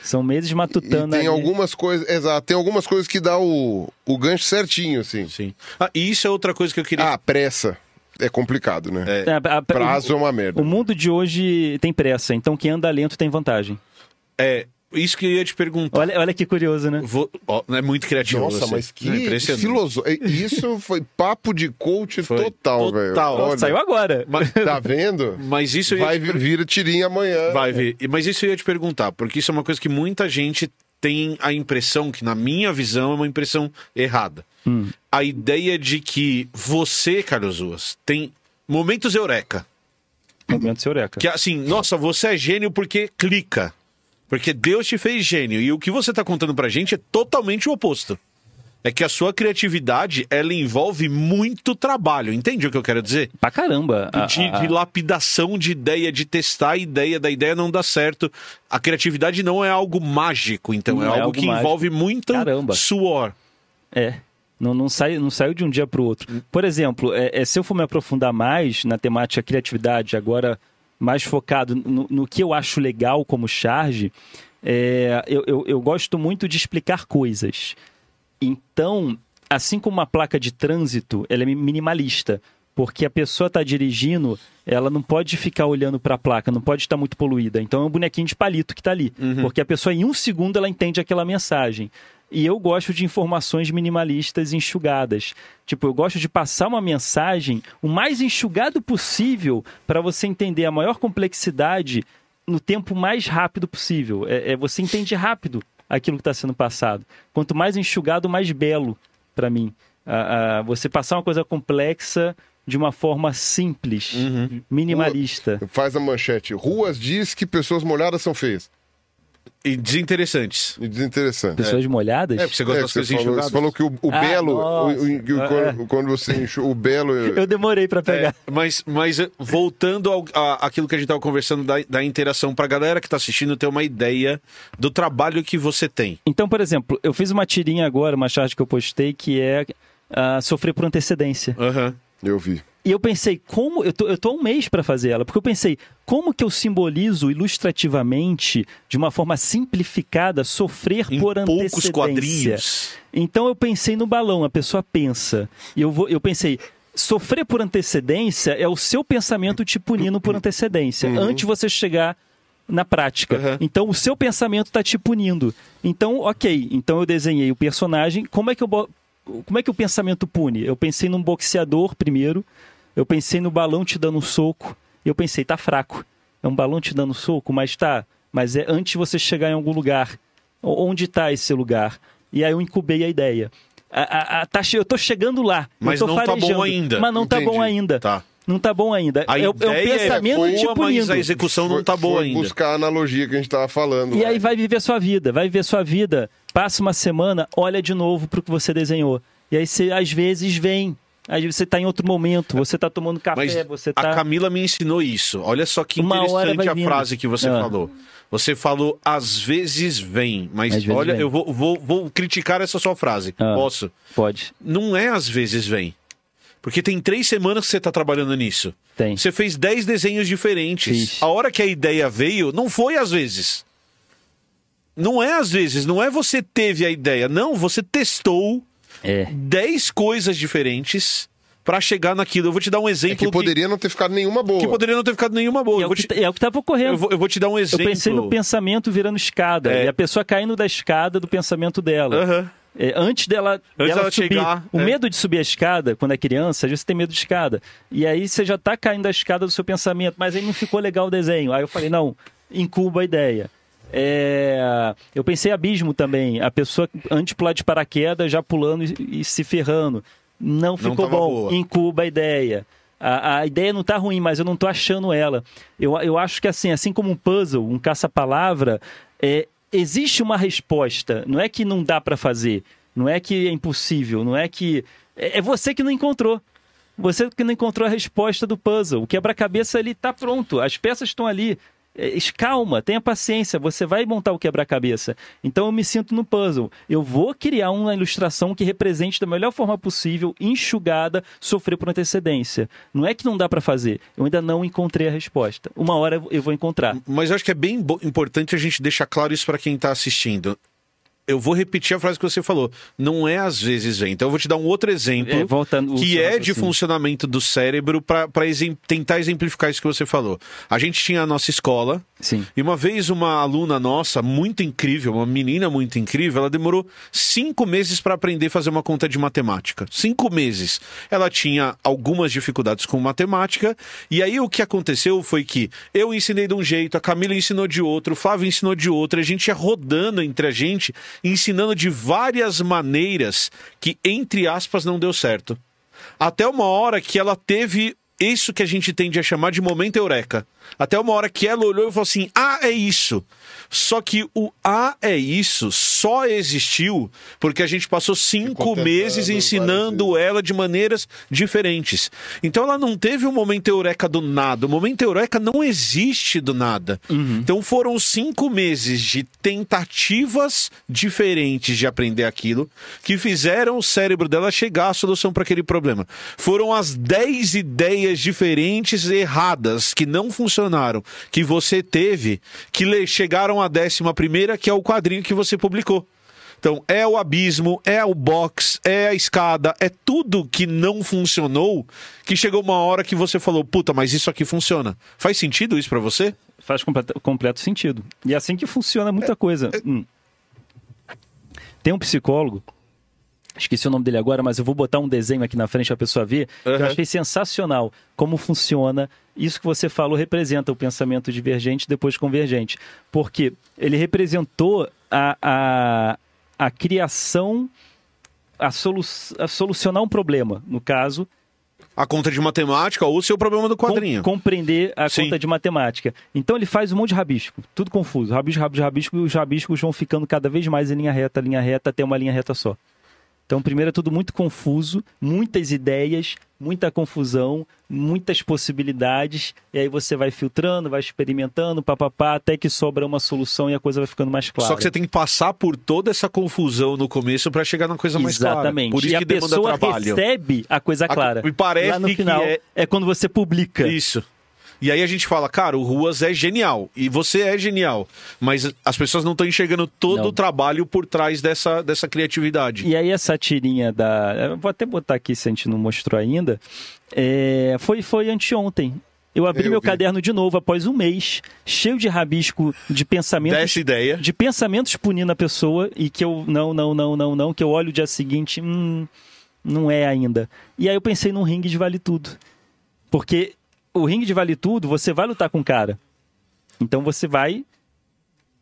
C: São meses
A: E
C: matutando
A: tem
C: ali.
A: algumas coisas. Exato, tem algumas coisas que dá o, o gancho certinho, assim.
B: Sim. Ah, e isso é outra coisa que eu queria.
A: Ah, pressa. É complicado, né?
C: É, a- a-
A: Prazo é uma
C: o,
A: merda.
C: o mundo de hoje tem pressa, então quem anda lento tem vantagem.
B: É, isso que eu ia te perguntar.
C: Olha, olha que curioso, né?
B: Vou- ó, é muito criativo.
A: Nossa,
B: você.
A: mas
B: É
A: que
B: impressionante.
A: filosofia. Isso
B: [laughs]
A: foi papo de coach
B: Foi.
A: total, velho.
B: Total.
A: Olha,
C: Saiu agora. [laughs]
B: Mas-
A: Tá vendo?
B: Mas isso eu ia
A: Vai
B: te
A: vir, vir tirinha amanhã.
B: Vai ver. E- Mas isso eu ia te perguntar, porque isso é uma coisa que muita gente tem a impressão, que na minha visão é uma impressão errada.
A: Hum.
B: A ideia de que você, Carlos Ruas, tem momentos eureka.
C: Momento Eureka.
B: Que assim, nossa, você é gênio porque clica. Porque Deus te fez gênio. E o que você tá contando pra gente é totalmente o oposto. É que a sua criatividade, ela envolve muito trabalho. Entende o que eu quero dizer?
C: Pra caramba. A- [laughs]
B: de,
C: a-
B: de lapidação de ideia, de testar a ideia, da ideia não dar certo. A criatividade não é algo mágico, então.
C: Não
B: é,
C: é
B: algo,
C: algo
B: que
C: mágico.
B: envolve muito
C: Caramba.
B: suor.
C: É. Não, não, sai, não saiu de um dia para o outro. Por exemplo, é, é, se eu for me aprofundar mais na temática criatividade, agora mais focado no, no que eu acho legal como charge, é, eu, eu, eu gosto muito de explicar coisas. Então, assim como uma placa de trânsito, ela é minimalista. Porque a pessoa está dirigindo, ela não pode ficar olhando para a placa, não pode estar muito poluída. Então é um bonequinho de palito que está ali. Porque a pessoa, em um segundo, ela entende aquela mensagem. E eu gosto de informações minimalistas enxugadas. Tipo, eu gosto de passar uma mensagem o mais enxugado possível para você entender a maior complexidade no tempo mais rápido possível. É, é- você entende rápido aquilo que está sendo passado. Quanto mais enxugado, mais belo para mim. Ah, ah, você passar uma coisa complexa de uma forma simples,
B: Uhum.
C: minimalista.
A: Faz a manchete. Ruas diz que pessoas molhadas são feias.
B: E desinteressantes.
A: E desinteressante.
C: Pessoas molhadas?
B: É, porque você gosta
A: É,
B: das
A: que
B: coisas
A: você, falou,
B: enxugadas.
A: você falou que o, o
C: Ah,
A: belo, o- o-
C: nossa. É.
A: que quando, quando você enxuga o belo,
C: Eu demorei para pegar.
B: É, mas, mas eh, voltando ao, a, àquilo que a gente estava conversando da, da interação, para a galera que está assistindo ter uma ideia do trabalho que você tem.
C: Então, por exemplo, eu fiz uma tirinha agora, uma charge que eu postei, que é ah, sofrer por antecedência.
B: Aham.
A: eu vi.
C: E eu pensei, como. Eu tô, eu tô há um mês para fazer ela, porque eu pensei, como que eu simbolizo ilustrativamente, de uma forma simplificada, sofrer
B: Em
C: por
B: poucos
C: antecedência?
B: quadrinhos.
C: Então eu pensei no balão, a pessoa pensa. E eu, vou, eu pensei, sofrer por antecedência é o seu pensamento te punindo por antecedência, antes de você chegar na prática.
B: Uhum.
C: Então o seu pensamento está te punindo. Então, ok, então eu desenhei o personagem. Como é que eu bo- como é que o pensamento pune? Eu pensei num boxeador primeiro, eu pensei no balão te dando um soco, eu pensei, tá fraco. É um balão te dando um soco, mas tá. Mas é antes de você chegar em algum lugar. O- Onde está esse lugar? E aí eu incubei a ideia. A, a- a- tá che- eu tô chegando lá. eu
B: Mas
C: tô
B: não tá bom
C: farejando,
B: ainda.
C: Mas não tá bom
A: Entendi.
C: ainda.
B: Tá.
C: Não tá bom ainda.
B: A
C: é, o- é o
B: ideia é
C: pensamento tipo,
A: boa,
C: te
B: Boa, mas
C: punindo.
B: a execução não
A: Foi-
B: tá boa
A: foi
B: ainda.
A: buscar a analogia que a gente tava falando.
C: E aí vai viver sua vida, vai viver sua vida. Passa uma semana, olha de novo pro que você desenhou. E aí você, às vezes, vem. Aí você tá em outro momento, você tá tomando café,
B: Mas
C: você
B: a
C: tá...
B: Camila me ensinou isso. Olha só que
C: Uma hora
B: interessante
C: vai
B: a
C: vindo.
B: frase que você
C: Ah.
B: falou. Você falou, às vezes vem, mas
C: Às vezes
B: olha,
C: vem.
B: eu vou, vou- vou criticar essa sua frase.
C: Ah.
B: Posso?
C: Pode.
B: Não é às vezes vem. Porque tem três semanas que você tá trabalhando nisso.
C: Tem.
B: Você fez dez desenhos diferentes.
C: Fiz.
B: A hora que a ideia veio, não foi às vezes. Não é às vezes, não é você teve a ideia. Não, você testou
C: É.
B: dez coisas diferentes pra chegar naquilo. Eu vou te dar um
A: É
B: exemplo
A: que poderia não ter ficado nenhuma boa.
B: que poderia não ter ficado nenhuma boa.
C: E é,
B: Eu
C: o
B: vou,
C: que,
B: te,
C: tá- é o que tava ocorrendo.
B: eu vou- eu vou te dar um
C: Eu
B: exemplo.
C: pensei no pensamento virando escada.
B: É.
C: E a pessoa caindo da escada do pensamento dela.
B: Aham.
C: É, antes dela, dela
B: dela
C: subir.
B: chegar,
C: o
B: é.
C: medo de subir a escada, quando é criança, às vezes você tem medo de escada. E aí você já tá caindo da escada do seu pensamento, mas aí não ficou legal o desenho. Aí eu falei, não, incuba a ideia. É, eu pensei abismo também. A pessoa antes de pular de paraquedas, já pulando e, e se ferrando. Não ficou
B: tava
C: bom.
B: boa.
C: Incuba a ideia. A, a ideia não tá ruim, mas eu não tô achando ela. Eu, eu acho que assim, assim como um puzzle, um caça-palavra, é, existe uma resposta. Não é que não dá para fazer, não é que é impossível, não é que. É, é você que não encontrou. Você que não encontrou a resposta do puzzle. O quebra-cabeça ele tá pronto, as peças estão ali. É, es- Calma, tenha paciência, você vai montar o quebra-cabeça. Então eu me sinto no puzzle. Eu vou criar uma ilustração que represente da melhor forma possível, enxugada, sofrer por antecedência. Não é que não dá para fazer, eu ainda não encontrei a resposta. Uma hora eu- eu vou encontrar.
B: Mas eu acho que é bem bo- importante a gente deixar claro isso pra quem tá assistindo. Eu vou repetir a frase que você falou. Não é às vezes vem. Então eu vou te dar um outro exemplo
C: É, volta no-
B: que
C: seu
B: é de
C: raciocínio.
B: funcionamento do cérebro para exem tentar exemplificar isso que você falou. A gente tinha a nossa escola,
C: Sim.
B: E uma vez uma aluna nossa, muito incrível, uma menina muito incrível, ela demorou cinco meses para aprender a fazer uma conta de matemática. Cinco meses. Ela tinha algumas dificuldades com matemática. E aí o que aconteceu foi que eu ensinei de um jeito, a Camila ensinou de outro, o Flávio ensinou de outro. A gente ia rodando entre a gente, ensinando de várias maneiras que, entre aspas, não deu certo. Até uma hora que ela teve isso que a gente tende a chamar de momento eureka. Até uma hora que ela olhou e falou assim: Ah, é isso. Só que o Ah, é isso só existiu porque a gente passou cinco
A: tentando
B: meses
A: várias
B: ensinando ela de maneiras diferentes. Então ela não teve um momento eureka do nada. O momento eureka não existe do nada. Então foram cinco meses de tentativas diferentes de aprender aquilo que fizeram o cérebro dela chegar à solução para aquele problema. Foram as dez ideias diferentes erradas que não funcionaram que você teve que le- chegaram à décima primeira, que é o quadrinho que você publicou. Então, é o abismo, é o box, é a escada, é tudo que não funcionou que chegou uma hora que você falou, puta, mas isso aqui funciona. Faz sentido isso pra você?
C: Faz completo, completo sentido. E é assim que funciona muita coisa. Hum. Tem um psicólogo, esqueci o nome dele agora, mas eu vou botar um desenho aqui na frente pra pessoa ver. que
B: Aham.
C: Eu achei sensacional como funciona. Isso que você falou representa o pensamento divergente depois convergente. Porque ele representou a, a, a criação, a, solu a solucionar um problema, no caso,
B: A conta de matemática ou o seu problema do quadrinho.
C: com- compreender a
B: Sim.
C: conta de matemática. Então ele faz um monte de rabisco, tudo confuso. Rabisco, rabisco, rabisco, e os rabiscos vão ficando cada vez mais em linha reta, linha reta, até uma linha reta só. Então, primeiro é tudo muito confuso, muitas ideias, muita confusão, muitas possibilidades, e aí você vai filtrando, vai experimentando, papapá, até que sobra uma solução e a coisa vai ficando mais clara.
B: Só que você tem que passar por toda essa confusão no começo pra chegar na coisa mais
C: Exatamente.
B: clara. Por isso
C: e
B: que
C: a
B: demanda
C: pessoa
B: trabalho.
C: recebe a coisa
B: A-
C: clara.
B: e parece
C: Lá no
B: que
C: final
B: é-
C: quando você publica.
B: Isso. E aí a gente fala, cara, o Ruas é genial. E você é genial. Mas as pessoas não estão enxergando todo
C: Não.
B: o trabalho por trás dessa, dessa criatividade.
C: E aí essa tirinha da. eu Vou até botar aqui se a gente não mostrou ainda. É, Foi, foi anteontem. Eu abri
A: Eu
C: meu
A: vi.
C: caderno de novo após um mês, cheio de rabisco de pensamentos.
B: Dessa ideia.
C: De pensamentos punindo a pessoa e que eu. Não, não, não, não, não. Que eu olho o dia seguinte. Hum, não é ainda. E aí eu pensei num ringue de vale tudo. Porque o ringue de vale tudo, você vai lutar com o cara. Então você vai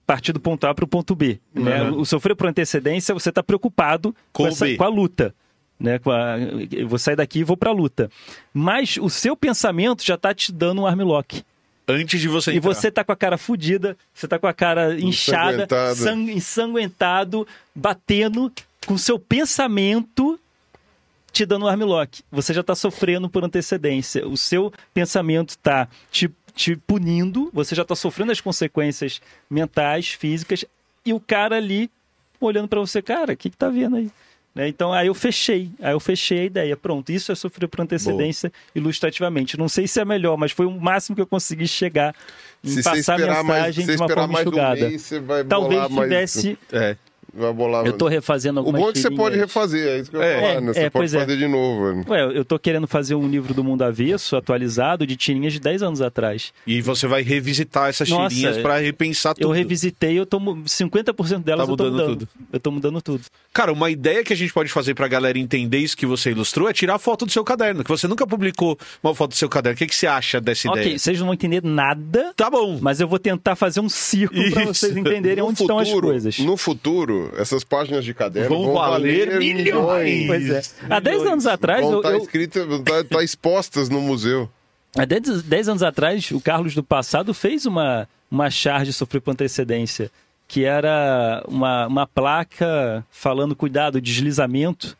C: partir do ponto A para o ponto B. né?
B: Uhum.
C: O sofrer por antecedência, você está preocupado com,
B: Com o
C: essa-
B: B.
C: com a luta. Né? Com a- eu vou sair daqui e vou para a luta. Mas o seu pensamento já está te dando um armlock.
B: Antes de você
C: E
B: entrar.
C: você tá com a cara fudida, você tá com a cara inchada,
A: Ensanguentado.
C: sang- ensanguentado, batendo, com seu pensamento te dando um armlock. Você já tá sofrendo por antecedência. O seu pensamento tá te, te punindo, você já tá sofrendo as consequências mentais, físicas, e o cara ali olhando pra você, cara, o que, que tá vendo aí? Né? Então aí eu fechei, aí eu fechei a ideia. Pronto, isso é sofrer por antecedência ilustrativamente. Não sei se é melhor, mas foi o máximo que eu consegui chegar em
A: Se você
C: passar a
A: esperar
C: mensagem
A: mais, se
C: de
A: você
C: uma
A: esperar
C: forma
A: mais
C: enxugada.
A: um mês, você vai
C: Talvez
A: bolar mais...
C: tivesse.
B: É.
A: Vai bolar
C: Eu tô refazendo
A: O
C: algumas
A: bom é que você pode
C: tirinhas.
A: refazer, é isso que eu ia
B: É,
A: falar, né?
C: é,
A: Você pode
C: pois é.
A: fazer de novo. né?
C: Ué, eu tô querendo fazer um livro do mundo avesso, atualizado, de tirinhas de 10 anos atrás.
B: E você vai revisitar essas
C: Nossa,
B: tirinhas pra repensar tudo.
C: Eu revisitei, eu tô. mu- 50% delas
B: Tá
C: eu tô
B: mudando
C: mudando.
B: tudo.
C: Eu tô mudando tudo.
B: Cara, uma ideia que a gente pode fazer pra galera entender isso que você ilustrou é tirar foto do seu caderno, que você nunca publicou uma foto do seu caderno. O que, que você acha dessa
C: Ok,
B: ideia?
C: vocês não vão entender nada,
B: Tá bom.
C: mas eu vou tentar fazer um círculo pra
B: Isso.
C: vocês entenderem onde estão as coisas.
A: No futuro, essas páginas de caderno
B: Vão
A: vão, valer,
B: valer milhões.
C: Pois é. Há 10 anos atrás,
A: Vão tá
C: eu,
A: estar
C: eu-
A: escritas, vão estar estar tá expostas no museu.
C: Há 10, anos atrás, o Carlos do passado fez uma, uma charge sobre por antecedência, que era uma, uma placa falando cuidado, deslizamento,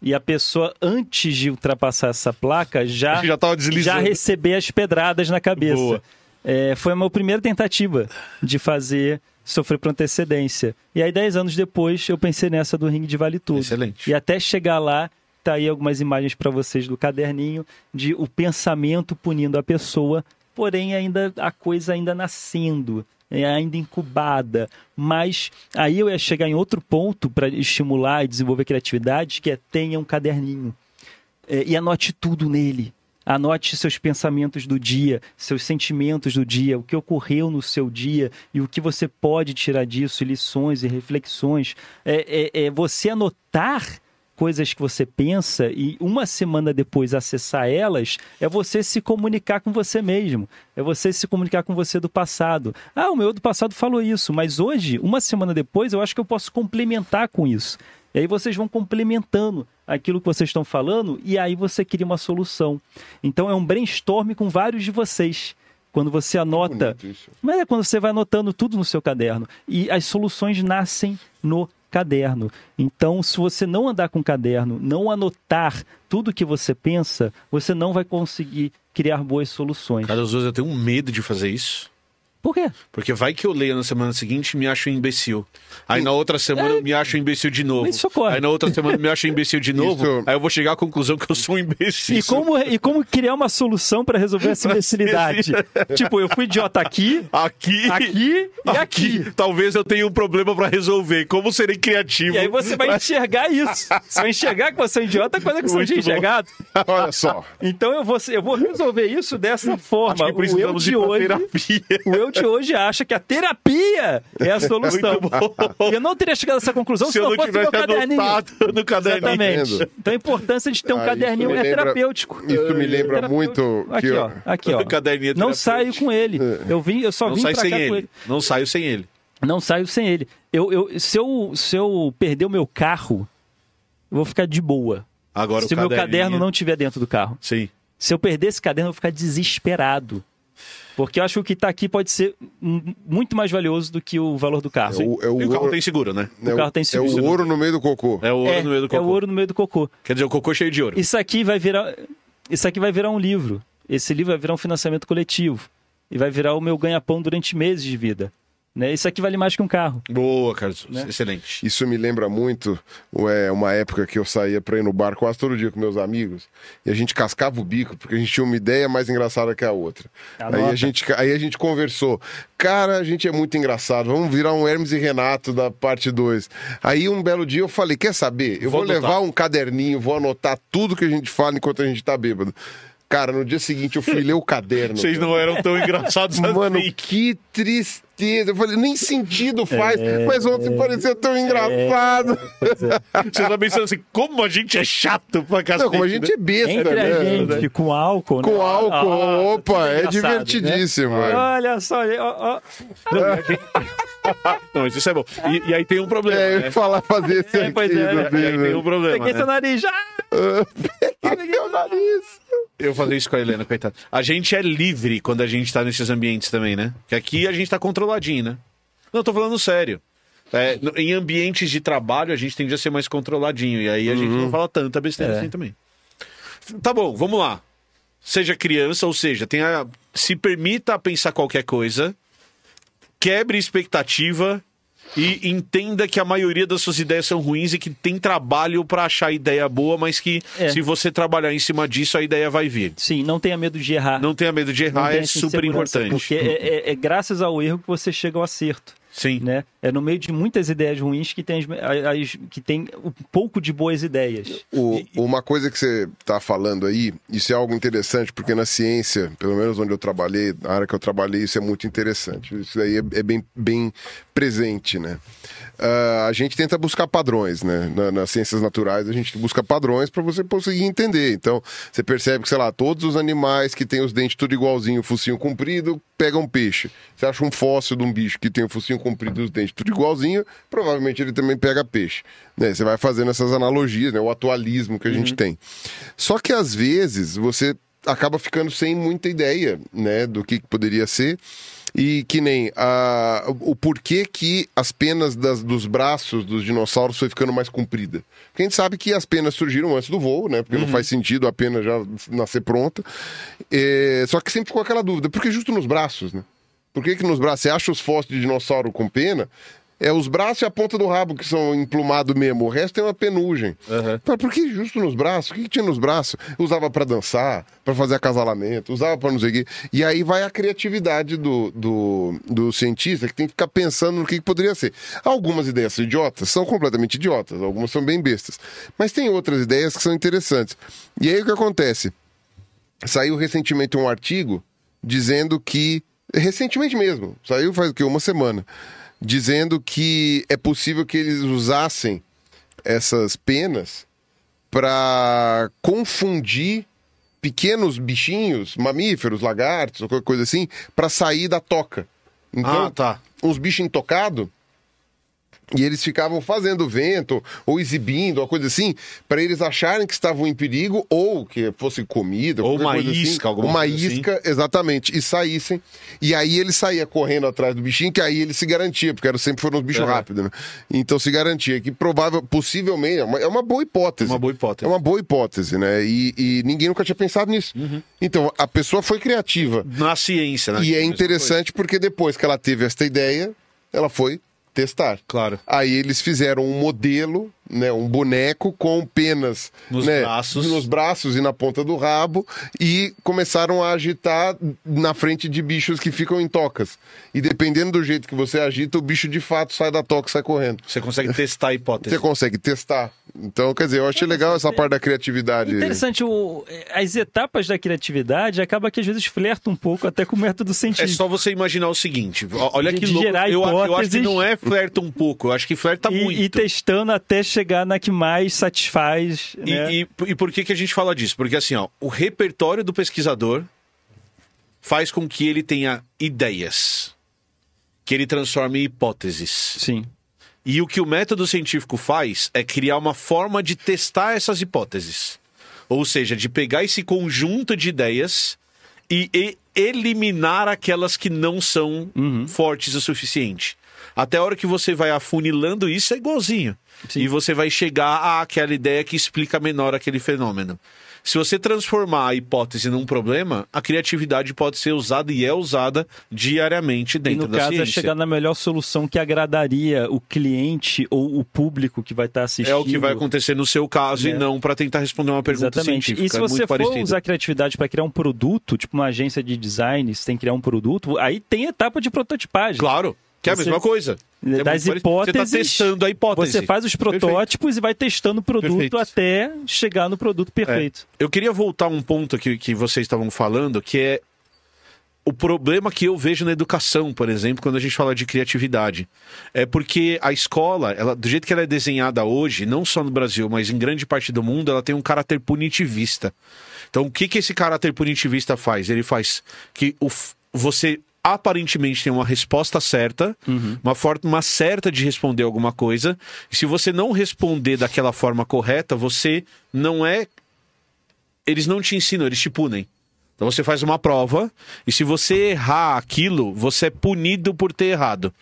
C: e a pessoa, antes de ultrapassar essa placa, já,
B: Já tava deslizando.
C: já receber as pedradas na cabeça.
B: Boa.
C: É, foi a minha primeira tentativa de fazer sofrer por antecedência. E aí, 10 anos depois, eu pensei nessa do ringue de Vale Tudo.
B: Excelente.
C: E até chegar lá, tá aí algumas imagens para vocês do caderninho de o pensamento punindo a pessoa, porém ainda a coisa ainda nascendo, é ainda incubada. Mas aí eu ia chegar em outro ponto para estimular e desenvolver criatividade, que é tenha um caderninho. É, e anote tudo nele. Anote seus pensamentos do dia, seus sentimentos do dia, o que ocorreu no seu dia e o que você pode tirar disso, e lições e reflexões. É, é- é você anotar coisas que você pensa e uma semana depois acessar elas é você se comunicar com você mesmo, é você se comunicar com você do passado. Ah, o meu do passado falou isso, mas hoje, uma semana depois, eu acho que eu posso complementar com isso. E aí vocês vão complementando aquilo que vocês estão falando e aí você cria uma solução. Então é um brainstorm com vários de vocês. Quando você anota
A: Bonito isso.
C: mas é quando você vai anotando tudo no seu caderno. E as soluções nascem no caderno. Então, se você não andar com o caderno, não anotar tudo que você pensa, você não vai conseguir criar boas soluções.
B: Cara, às vezes eu tenho um medo de fazer isso.
C: Por quê?
B: Porque vai que eu leio na semana seguinte e me acho um imbecil. Aí na outra semana eu me acho um imbecil de novo.
C: Isso ocorre.
B: Aí na outra semana eu me acho um imbecil de novo. Aí eu vou chegar à conclusão que eu sou um imbecil.
C: E como, e como criar uma solução para resolver essa imbecilidade? tipo, eu fui idiota aqui,
B: Aqui,
C: aqui e aqui.
B: Talvez eu tenha um problema pra resolver. Como serei criativo?
C: E aí você vai enxergar isso. Você vai enxergar que você é um idiota quando é que você não tinha enxergado.
A: Olha só.
C: Então eu vou, eu vou resolver isso dessa
B: Acho
C: forma. O
B: que
C: eu
B: precisamos
C: de
B: ir pra
C: hoje.
B: terapia.
C: O eu de hoje acha que a terapia é a solução.
B: bom.
C: Eu não teria chegado a essa conclusão se,
B: Se eu
C: não
B: não
C: fosse meu
B: tivesse tá
C: caderninho.
B: anotado no caderninho.
C: Exatamente.
A: Entendo.
C: Então a importância de ter [laughs] um
A: Ah, isso
C: caderninho
A: me
C: é
A: lembra-
C: terapêutico.
A: isso me
C: É
A: lembra
C: terapêutico.
A: muito
C: Aqui,
A: que-
C: ó. Aqui, ó.
B: Caderninho é
C: não
B: terapêutico. É.
C: saio com ele. Eu, vim, eu só
B: Não
C: vim
B: sai
C: pra
B: sem
C: cá com
B: ele.
C: ele.
B: Não saio sem ele.
C: Não saio sem ele. Eu, eu, se, eu, se eu perder o meu carro, eu vou ficar de boa.
B: Agora
C: se
B: o
C: o meu
B: caderninho-
C: caderno não tiver dentro do carro.
B: Sim.
C: Se eu perder esse caderno, eu vou ficar desesperado. Porque eu acho que o que está aqui pode ser m- muito mais valioso do que o valor do carro.
A: É o, é o
B: E o carro
A: ouro-
B: tem seguro, né?
A: é
C: carro tá tem
A: É
C: seguro.
A: o ouro no meio do cocô.
B: É o ouro no meio do
C: é
B: cocô.
C: o ouro no meio do cocô.
B: Quer dizer, o cocô é cheio de ouro.
C: Isso aqui vai virar. Isso aqui vai virar um livro. Esse livro vai virar um financiamento coletivo. E vai virar o meu ganha-pão durante meses de vida. Né? Isso Né? aqui vale mais que um carro.
B: Boa, Carlos. Excelente.
A: Isso me lembra muito é, uma época que eu saía pra ir no bar quase todo dia com meus amigos e a gente cascava o bico porque a gente tinha uma ideia mais engraçada que a outra.
C: Anota.
A: Aí a, gente, aí a gente conversou. Cara, a gente é muito engraçado, vamos virar um Hermes e Renato da parte 2. Aí um belo dia eu falei: Quer saber? Eu vou,
B: Vou anotar.
A: levar um caderninho, vou anotar tudo que a gente fala enquanto a gente tá bêbado. Cara, no dia seguinte eu fui ler o caderno.
B: [laughs] Vocês não eram tão engraçados
A: Mano,
B: assim.
A: que tristeza. Eu falei, nem sentido faz,
C: É.
A: mas ontem parecia tão engraçado.
B: Vocês tá pensando assim, como a gente é chato pra cacete.
A: Não, como a gente
B: né?
A: é besta,
C: Entre a
A: né?
C: gente, com álcool. né?
A: Com álcool,
C: Ah,
A: opa, é
C: engraçado, né?
A: divertidíssimo. velho.
C: Olha só, ó, ó.
B: Não, isso é bom. E, e aí tem um problema,
A: É, eu
B: né?
A: ia falar fazer esse
C: [laughs] É, pois
A: aqui
C: é,
A: do
C: né?
B: E aí tem um
A: filme.
B: problema,
C: peguei seu
B: né?
C: nariz. Ah! um-
A: Peguei o nariz.
B: Eu fazia isso com a Helena, coitada. A gente é livre quando a gente tá nesses ambientes também, né? Porque aqui a gente tá controladinho, né? Não, eu tô falando sério. É, no- em ambientes de trabalho, a gente tende a ser mais controladinho. E aí a
C: Uhum.
B: gente não fala tanta besteira
C: É.
B: assim também. Tá bom, vamos lá. Seja criança, ou seja, tenha, se permita a pensar qualquer coisa, quebre expectativa e entenda que a maioria das suas ideias são ruins e que tem trabalho pra achar ideia boa, mas que
C: É.
B: se você trabalhar em cima disso, a ideia vai vir.
C: Sim, não tenha medo de errar.
B: Não tenha medo de
C: Não
B: errar,
C: tenha
B: é
C: essa
B: super
C: insegurança,
B: importante.
C: Porque é, é- é graças ao erro que você chega ao acerto.
B: Sim.
C: Né? É no meio de muitas ideias ruins que tem, as- as- que tem um pouco de boas ideias.
A: O- uma coisa que você está falando aí, isso é algo interessante, porque na ciência, pelo menos onde eu trabalhei, na área que eu trabalhei, isso é muito interessante. Isso daí é, é bem, bem presente, né? Ah, a gente tenta buscar padrões, né? Na- nas ciências naturais, a gente busca padrões para você conseguir entender. Então, você percebe que, sei lá, todos os animais que têm os dentes tudo igualzinho, o focinho comprido, pegam peixe. Você acha um fóssil de um bicho que tem o focinho comprido e os dentes tudo igualzinho, provavelmente ele também pega peixe. né? Você vai fazendo essas analogias, né? o atualismo que a gente tem. Só que às vezes você acaba ficando sem muita ideia né? do que que poderia ser. E que nem a, o porquê que as penas das- dos braços dos dinossauros foi ficando mais comprida. Porque a gente sabe que as penas surgiram antes do voo, né? Porque não faz sentido a pena já nascer pronta. É, só que sempre ficou aquela dúvida, por que justo nos braços, né? Por que, que nos braços você acha os fósseis de dinossauro com pena? É os braços e a ponta do rabo que são emplumados mesmo. O resto tem uma penugem. Mas Por que justo nos braços? O que, que tinha nos braços? Usava pra dançar, pra fazer acasalamento, usava pra não sei o quê. E aí vai a criatividade do, do, do cientista que tem que ficar pensando no que, que poderia ser. Algumas ideias são idiotas, são completamente idiotas, algumas são bem bestas. Mas tem outras ideias que são interessantes. E aí o que acontece? saiu recentemente um artigo dizendo que recentemente mesmo, saiu faz o que uma semana, dizendo que é possível que eles usassem essas penas para confundir pequenos bichinhos, mamíferos, lagartos, ou qualquer coisa assim, para sair da toca. Então,
B: Ah, tá.
A: uns bichos intocados E eles ficavam fazendo vento ou exibindo, uma coisa assim, para eles acharem que estavam em perigo ou que fosse comida,
B: Ou
A: qualquer
B: uma
A: coisa assim,
B: isca, alguma
A: uma
B: coisa assim.
A: isca, exatamente, e saíssem. E aí ele saía correndo atrás do bichinho, que aí ele se garantia, porque era, sempre foram os bichos
B: Aham.
A: rápidos, né? Então se garantia que provável, possivelmente, é uma, é uma boa hipótese.
B: Uma boa hipótese.
A: É uma boa hipótese, né? E, e ninguém nunca tinha pensado nisso.
B: Uhum.
A: Então a pessoa foi criativa.
B: Na ciência, né?
A: E é
B: Mesma
A: interessante porque depois que ela teve esta ideia, ela foi testar.
B: Claro.
A: Aí eles fizeram um modelo, né, um boneco com penas
B: Nos
A: né,
B: braços.
A: nos braços e na ponta do rabo e começaram a agitar na frente de bichos que ficam em tocas. E dependendo do jeito que você agita, o bicho de fato sai da toca e sai correndo.
B: Você consegue testar a hipótese.
A: Você consegue testar. Então, quer dizer, eu achei legal essa parte da criatividade.
C: Interessante, o- as etapas da criatividade acaba que às vezes flerta um pouco até com o método
B: É
C: científico.
B: só você imaginar o seguinte, ó, olha
C: De-
B: que
C: de
B: louco.
C: gerar
B: Eu, eu acho que
C: hipóteses.
B: não é flerta um pouco, eu acho que flerta
C: e,
B: muito.
C: e testando até chegar na que mais satisfaz.
B: E,
C: né?
B: e- e por que, que a gente fala disso? Porque assim, ó, o repertório do pesquisador faz com que ele tenha ideias, que ele transforme em hipóteses.
C: Sim.
B: E o que o método científico faz é criar uma forma de testar essas hipóteses. Ou seja, de pegar esse conjunto de ideias e, e- eliminar aquelas que não são
C: Uhum.
B: fortes o suficiente. Até a hora que você vai afunilando isso, é igualzinho.
C: Sim.
B: E você vai chegar àquela ideia que explica menor aquele fenômeno. Se você transformar a hipótese num problema, a criatividade pode ser usada e é usada diariamente
C: E
B: dentro
C: no
B: da
C: caso
B: ciência.
C: é chegar na melhor solução que agradaria o cliente ou o público que vai estar assistindo.
B: É o que vai acontecer no seu caso e
C: Né?
B: não para tentar responder uma pergunta
C: Exatamente.
B: científica.
C: E se
B: É
C: você
B: muito
C: for
B: parecido.
C: usar criatividade para criar um produto, tipo uma agência de design, você tem que criar um produto, aí tem etapa de prototipagem.
B: Claro, que é a
C: Você-
B: mesma coisa. É
C: das
B: muito parecido.
C: hipóteses.
B: Você está testando a hipótese.
C: Você faz os protótipos e vai testando o produto
B: Perfeito. É.
C: até chegar no produto perfeito.
B: Eu queria voltar a um ponto que, que vocês estavam falando, que é o problema que eu vejo na educação, por exemplo, quando a gente fala de criatividade. É porque a escola, ela, do jeito que ela é desenhada hoje, não só no Brasil, mas em grande parte do mundo, ela tem um caráter punitivista. Então, o que, que esse caráter punitivista faz? Ele faz que o, f- você aparentemente tem uma resposta certa, uma forma certa de responder alguma coisa. E se você não responder daquela forma correta, você não é eles não te ensinam, eles te punem. Então você faz uma prova e se você errar aquilo, você é punido por ter errado.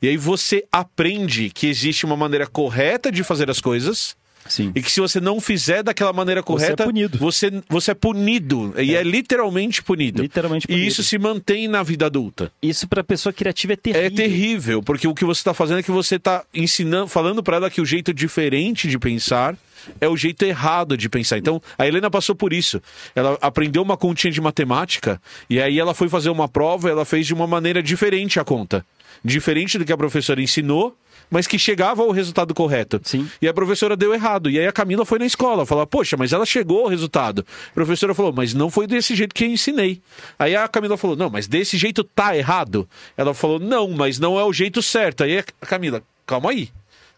B: E aí você aprende que existe uma maneira correta de fazer as coisas
C: Sim.
B: e que se você não fizer daquela maneira
C: Você é
B: correta,
C: punido.
B: você, você é punido. E é literalmente punido.
C: Literalmente
B: E
C: punido.
B: isso se mantém na vida adulta.
C: Isso para pessoa criativa é terrível.
B: É terrível, porque o que você está fazendo é que você está ensinando, falando para ela que o jeito diferente de pensar é o jeito errado de pensar. Então, a Helena passou por isso. Ela aprendeu uma continha de matemática e aí ela foi fazer uma prova, ela fez de uma maneira diferente a conta, diferente do que a professora ensinou. Mas que chegava ao resultado correto.
C: Sim.
B: E a professora deu errado. E aí a Camila foi na escola falar: Poxa, mas ela chegou ao resultado. A professora falou: Mas não foi desse jeito que eu ensinei. Aí a Camila falou: Não, mas desse jeito tá errado. Ela falou: Não, mas não é o jeito certo. Aí a Camila: Calma aí.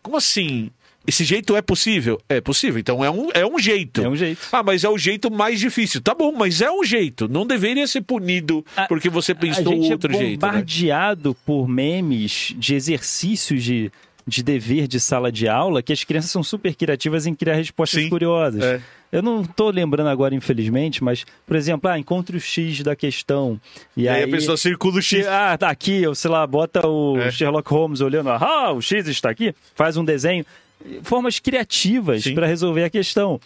B: Como assim? Esse jeito é possível? É possível. Então é um, é um jeito.
C: É um jeito.
B: Ah, mas é o jeito mais difícil. Tá bom, mas é um jeito. Não deveria ser punido
C: A-
B: porque você pensou
C: a gente
B: Tipo, outro
C: é
B: jeito. né?
C: bombardeado por memes de exercícios de, de dever de sala de aula que as crianças são super criativas em criar respostas
B: Sim,
C: curiosas.
B: é.
C: Eu não tô lembrando agora, infelizmente, mas, por exemplo, ah, encontre o X da questão. E,
B: E aí a pessoa circula o X.
C: Ah, tá aqui, ou sei lá, bota o
B: É.
C: Sherlock Holmes olhando, ah, o X está aqui, faz um desenho. Formas criativas
B: Sim.
C: para resolver a questão.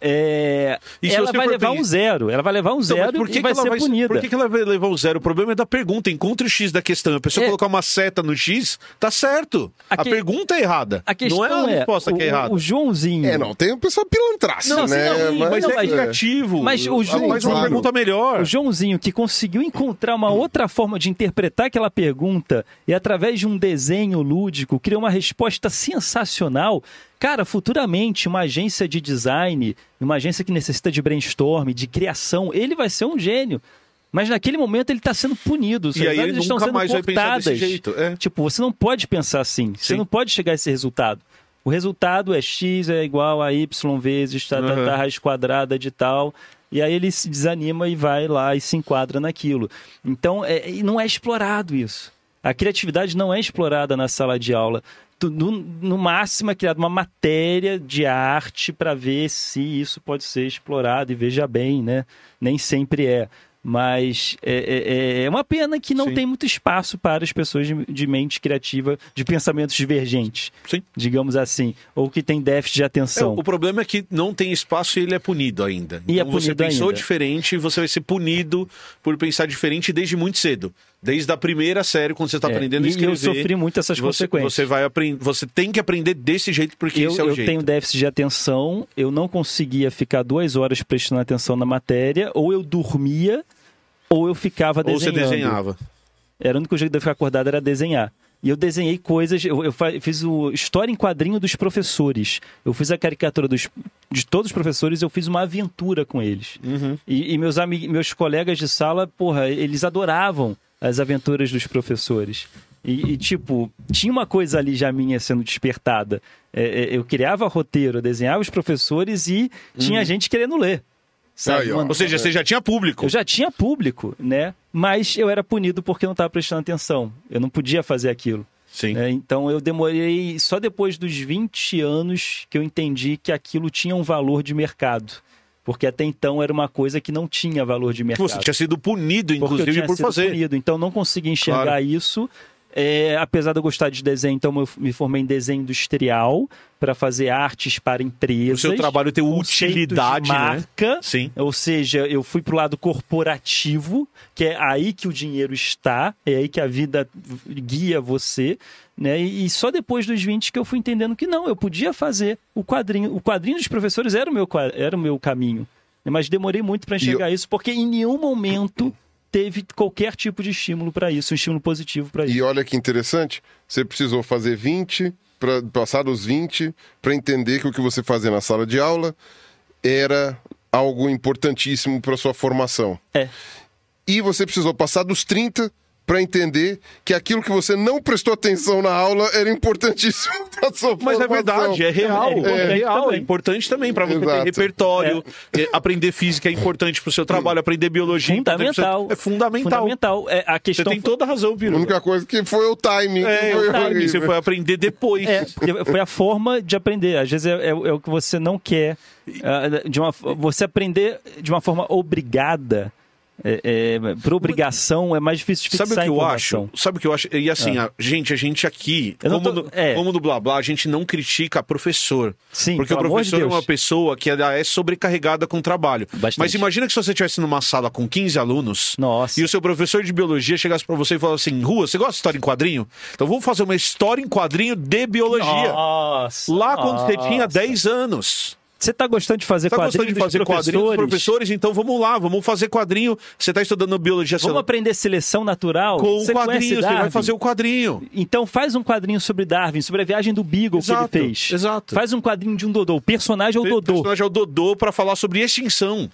C: É,
B: E se
C: ela
B: você
C: vai
B: for
C: levar
B: bem-
C: um zero. Ela vai levar um
B: Então, mas
C: zero e vai
B: ela
C: ser punida.
B: Por que, que ela vai levar o zero? O problema é da pergunta. Encontre o X da questão. A pessoa
C: É.
B: colocar uma seta no X, tá certo. A,
C: A que-
B: pergunta é errada.
C: A questão
B: não é a
C: é,
B: resposta que é
C: o-
B: errada.
C: O Joãozinho.
A: É, não, tem um pessoal pilantraço, né?
C: Não, sim, não,
B: Mas
C: não,
B: é
C: mas-
B: criativo.
C: mas o João-
B: Faz uma
A: claro.
B: pergunta melhor.
C: O Joãozinho que conseguiu encontrar
B: Hum.
C: uma outra forma de interpretar aquela pergunta e através de um desenho lúdico criou uma resposta sensacional. Cara, futuramente uma agência de design, uma agência que necessita de brainstorm, de criação, ele vai ser um gênio. Mas naquele momento ele está sendo punido. suas
B: aí ele
C: áreas
B: nunca
C: estão sendo
B: mais vai pensar
C: cortadas.
B: desse jeito, é.
C: Tipo, você não pode pensar assim. Você
B: Sim.
C: não pode chegar a esse resultado. O resultado é x é igual a y vezes tá, tá,
B: Uhum.
C: tá, raiz quadrada de tal. E aí ele se desanima e vai lá e se enquadra naquilo. Então, é, e não é explorado isso. A criatividade não é explorada na sala de aula. Tu, no, no máximo é criada uma matéria de arte para ver se isso pode ser explorado. E veja bem, né? Nem sempre é. Mas é, é- é uma pena que não
B: Sim.
C: tem muito espaço para as pessoas de, de mente criativa, de pensamentos divergentes,
B: Sim.
C: digamos assim, ou que tem déficit de
B: É,
C: atenção.
B: o problema é que não tem espaço e ele é punido ainda.
C: E é
B: então você
C: punido
B: pensou
C: ainda.
B: diferente e você vai ser punido por pensar diferente desde muito cedo. Desde a primeira série, quando você está
C: É,
B: aprendendo a
C: e
B: escrever.
C: eu sofri muito essas
B: você,
C: consequências.
B: Você, vai aprend... você tem que aprender desse jeito, porque
C: eu,
B: esse é o
C: eu
B: jeito.
C: tenho déficit de atenção, eu não conseguia ficar duas horas prestando atenção na matéria, ou eu dormia, ou eu ficava
B: Ou você
C: desenhando.
B: desenhava.
C: Era o único jeito de eu ficar acordado era desenhar. E eu desenhei coisas, eu, eu fa- fiz o História em Quadrinho dos Professores. Eu fiz a caricatura dos, de todos os professores, eu fiz uma aventura com eles. E, e meus, ami- meus colegas de sala, porra, eles adoravam as aventuras dos professores. E, e, tipo, tinha uma coisa ali já minha sendo despertada. É, é, eu criava roteiro, eu desenhava os professores e tinha gente querendo ler. Sabe?
A: Aí, ó.
C: Manda-
B: Ou seja, você já tinha público.
C: eu já tinha público, né? Mas eu era punido porque eu não estava prestando atenção. Eu não podia fazer aquilo.
B: Sim.
C: né? Então eu demorei só depois dos 20 anos que eu entendi que aquilo tinha um valor de mercado. Porque até então era uma coisa que não tinha valor de mercado.
B: Você tinha sido
C: Porque
B: punido,
C: eu
B: inclusive,
C: tinha
B: por
C: sido
B: fazer.
C: punido, então não consegui enxergar
B: Claro.
C: isso. É, apesar de eu gostar de desenho, então eu me formei em desenho industrial para fazer artes para
B: O
C: empresas.
B: seu trabalho ter
C: conceitos de
B: utilidade, né?
C: marca,
B: Sim.
C: Ou seja, eu fui pro lado corporativo, que é aí que o dinheiro está, é aí que a vida guia você, né? E só depois dos 20 que eu fui entendendo que não, eu podia fazer o quadrinho. O quadrinho dos professores era o meu, qua- era o meu caminho. né? Mas demorei muito para enxergar isso, porque em nenhum momento teve qualquer tipo de estímulo para isso, um estímulo positivo para isso.
A: E olha que interessante, você precisou fazer 20, pra, passar os 20, para entender que o que você fazia na sala de aula era algo importantíssimo para sua formação.
C: É.
A: E você precisou passar dos 30 para entender que aquilo que você não prestou atenção na aula era importantíssimo [laughs] para sua
B: Mas
A: formação.
B: é verdade, é real.
C: É importante
B: É, real,
C: também.
B: é importante também para você ter
A: Exato.
B: repertório. É, Aprender física é importante pro seu trabalho, aprender biologia é importante pro seu-
C: Fundamental.
B: É fundamental.
C: Fundamental. É, a
B: Você
C: questão
B: tem toda a razão,
A: A
B: Piro.
A: única coisa que foi o timing.
B: É,
A: que
B: eu
A: foi
B: tava-
A: horrível.
B: você foi aprender depois. [laughs]
C: É, porque foi a forma de aprender. Às vezes é, é- é o que você não quer. ah, De uma, você aprender de uma forma obrigada, é, é, por obrigação, é mais difícil de fixar
B: Sabe o que
C: a
B: eu
C: informação. Ah.
B: acho? Sabe o que eu acho? E assim, a- gente, a gente aqui,
C: Eu não
B: como,
C: tô-
B: do,
C: é.
B: como do Blá Blá, a gente não critica professor.
C: Sim,
B: porque o
C: pelo amor de
B: professor é
C: Deus.
B: uma pessoa que ela é sobrecarregada com o trabalho.
C: Bastante.
B: Mas imagina que se você estivesse numa sala com 15 alunos
C: Nossa.
B: e o seu professor de biologia chegasse pra você e falasse assim: Rua, você gosta de história em quadrinho? Então vamos fazer uma história em quadrinho de biologia.
C: Nossa,
B: Lá quando você
C: nossa.
B: tinha 10 anos.
C: Você tá gostando de fazer
B: Tá gostando
C: quadrinhos
B: de fazer
C: dos
B: quadrinho dos
C: professores?
B: professores? Então vamos lá, vamos fazer quadrinho. Você tá estudando biologia sei
C: Vamos
B: lá,
C: aprender seleção natural?
B: com o
C: você conhece
B: quadrinho, você vai
C: Darwin?
B: fazer o quadrinho.
C: Então faz um quadrinho sobre Darwin, sobre a viagem do Beagle
B: Exato,
C: que ele fez.
B: exato.
C: Faz um quadrinho de um Dodô. O personagem é o Dodô.
B: personagem é o Dodô pra falar sobre extinção.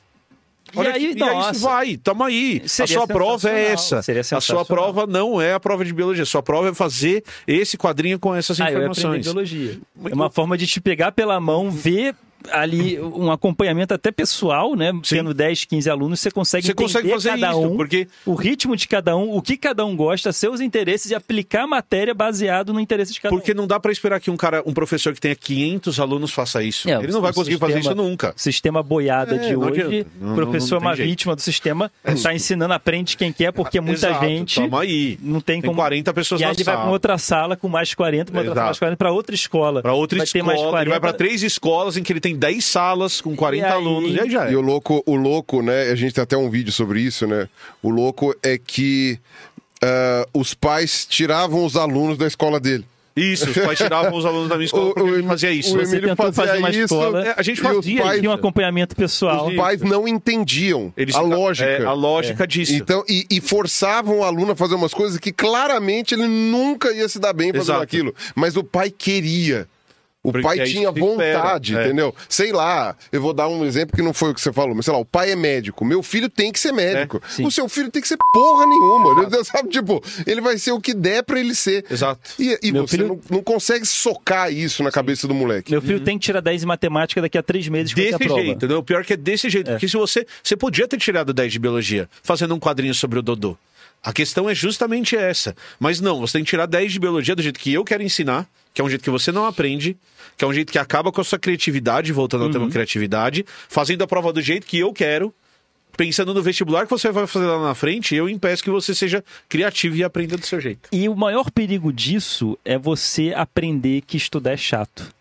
C: E
B: Olha
C: aí,
B: que- e aí
C: nossa.
B: isso vai, tamo aí. a
C: Seria
B: sua prova é
C: sensacional,
B: essa.
C: seria
B: A sua
C: sensacional.
B: prova não é a prova de biologia. A sua prova é fazer esse quadrinho com essas
C: Ah, eu ia aprender
B: informações.
C: biologia.
B: Muito-
C: É uma forma de te pegar pela mão, ver ali um acompanhamento até pessoal, né?
B: Sim.
C: Tendo 10, 15 alunos, você consegue
B: Você
C: entender
B: consegue fazer
C: cada
B: isso,
C: um,
B: porque-
C: o ritmo de cada um, o que cada um gosta, seus interesses e aplicar a matéria baseado no interesse de cada
B: Porque
C: um.
B: não dá pra esperar que um cara, um professor que tenha 500 alunos faça isso.
C: É,
B: Ele não vai
C: o
B: conseguir fazer isso
C: sistema-
B: nunca.
C: Sistema boiada
B: É,
C: de
B: não
C: hoje,
B: adianta. Não- não-
C: o professor
B: não tem
C: é uma
B: jeito. É
C: vítima do sistema, está ensinando, aprende quem quer, porque muita
B: Exato,
C: gente
B: tamo aí.
C: não tem,
B: Tem
C: como...
B: 40 pessoas
C: e aí
B: na
C: ele vai para
B: sala.
C: outra sala com mais 40, pra outra
B: Exato.
C: sala, mais 40, para outra escola.
B: Pra outra
C: vai ter
B: escola,
C: mais 40,
B: ele vai pra três escolas em que ele tem 10 salas com 40
C: E aí-
B: alunos. E aí já é.
A: E o louco, o louco, né? A gente tem até um vídeo sobre isso, né? O louco é que ah, os pais tiravam os alunos da escola dele.
B: Isso, os pais tiravam os alunos da
A: [laughs]
B: minha escola porque ele
A: Em-
B: fazia isso. assim.
A: o
C: Você
A: Emílio
C: tentou
A: fazia
C: fazer uma
A: isso,
C: escola-
B: É, a gente
A: e os
B: fazia
A: pais,
C: tinha um acompanhamento pessoal.
A: Os pais não entendiam
B: Eles-
A: a lógica.
B: é, a lógica disso.
A: Então, e, e forçavam o aluno a fazer umas coisas que claramente ele nunca ia se dar bem fazendo
B: Exato.
A: aquilo. Mas o pai queria. O
B: Porque é
A: pai
B: isso
A: tinha
B: que se espera,
A: vontade,
B: é.
A: entendeu? Sei lá, eu vou dar um exemplo que não foi o que você falou, mas sei lá, o pai é médico, meu filho tem que ser médico.
B: É,
C: sim.
A: o seu filho tem que ser porra nenhuma, né? sabe? Tipo, ele vai ser o que der pra ele ser.
B: Exato.
A: E, e
C: Meu
A: você
C: filho-
A: não, não consegue socar isso na cabeça do moleque.
C: Meu filho tem que tirar 10 em matemática daqui a 3 meses vai ter a
B: Hum. Desse
C: prova. É.
B: jeito, né? O pior que é desse jeito. Porque se você. Você podia ter tirado 10 de biologia fazendo um quadrinho sobre o Dodô. A questão é justamente essa. Mas não, você tem que tirar 10 de biologia do jeito que eu quero ensinar, que é um jeito que você não aprende, que é um jeito que acaba com a sua criatividade, voltando ao
C: Uhum.
B: tema criatividade, fazendo a prova do jeito que eu quero, pensando no vestibular que você vai fazer lá na frente, eu impeço que você seja criativo e aprenda do seu jeito.
C: E o maior perigo disso é você aprender que estudar é chato.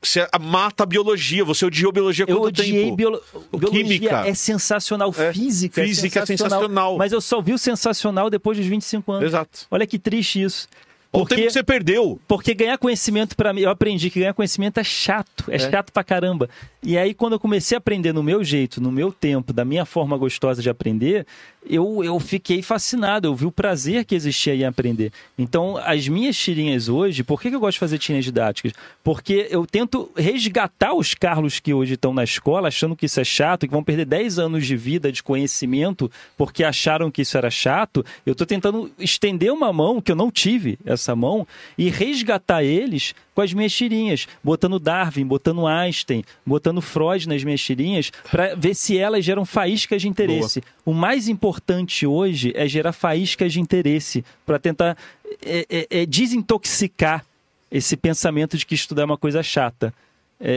B: Você mata a biologia, você odiou biologia há
C: Eu
B: quanto
C: odiei
B: tempo?
C: biolo-
B: O
C: biologia.
B: química.
C: É sensacional.
B: É.
C: Física,
B: Física é
C: é
B: sensacional.
C: Mas eu só vi o sensacional depois dos 25 anos.
B: Exato.
C: Olha que triste isso.
B: O tempo
C: Porque,
B: que você perdeu.
C: porque ganhar conhecimento pra mim, eu aprendi que ganhar conhecimento é chato, é, chato pra caramba. E aí quando eu comecei a aprender no meu jeito, no meu tempo, da minha forma gostosa de aprender, eu, eu fiquei fascinado, eu vi o prazer que existia em aprender. Então, as minhas tirinhas hoje, por que, que eu gosto de fazer tirinhas didáticas? Porque eu tento resgatar os Carlos que hoje estão na escola achando que isso é chato, que vão perder 10 anos de vida, de conhecimento, porque acharam que isso era chato. Eu estou tentando estender uma mão, que eu não tive essa mão, e resgatar eles com as minhas tirinhas, botando Darwin, botando Einstein, botando Freud nas minhas tirinhas, para ver se elas geram faíscas de interesse. O mais importante hoje é gerar faíscas de interesse, para tentar é, é, é, desintoxicar esse pensamento de que estudar é uma coisa chata. É,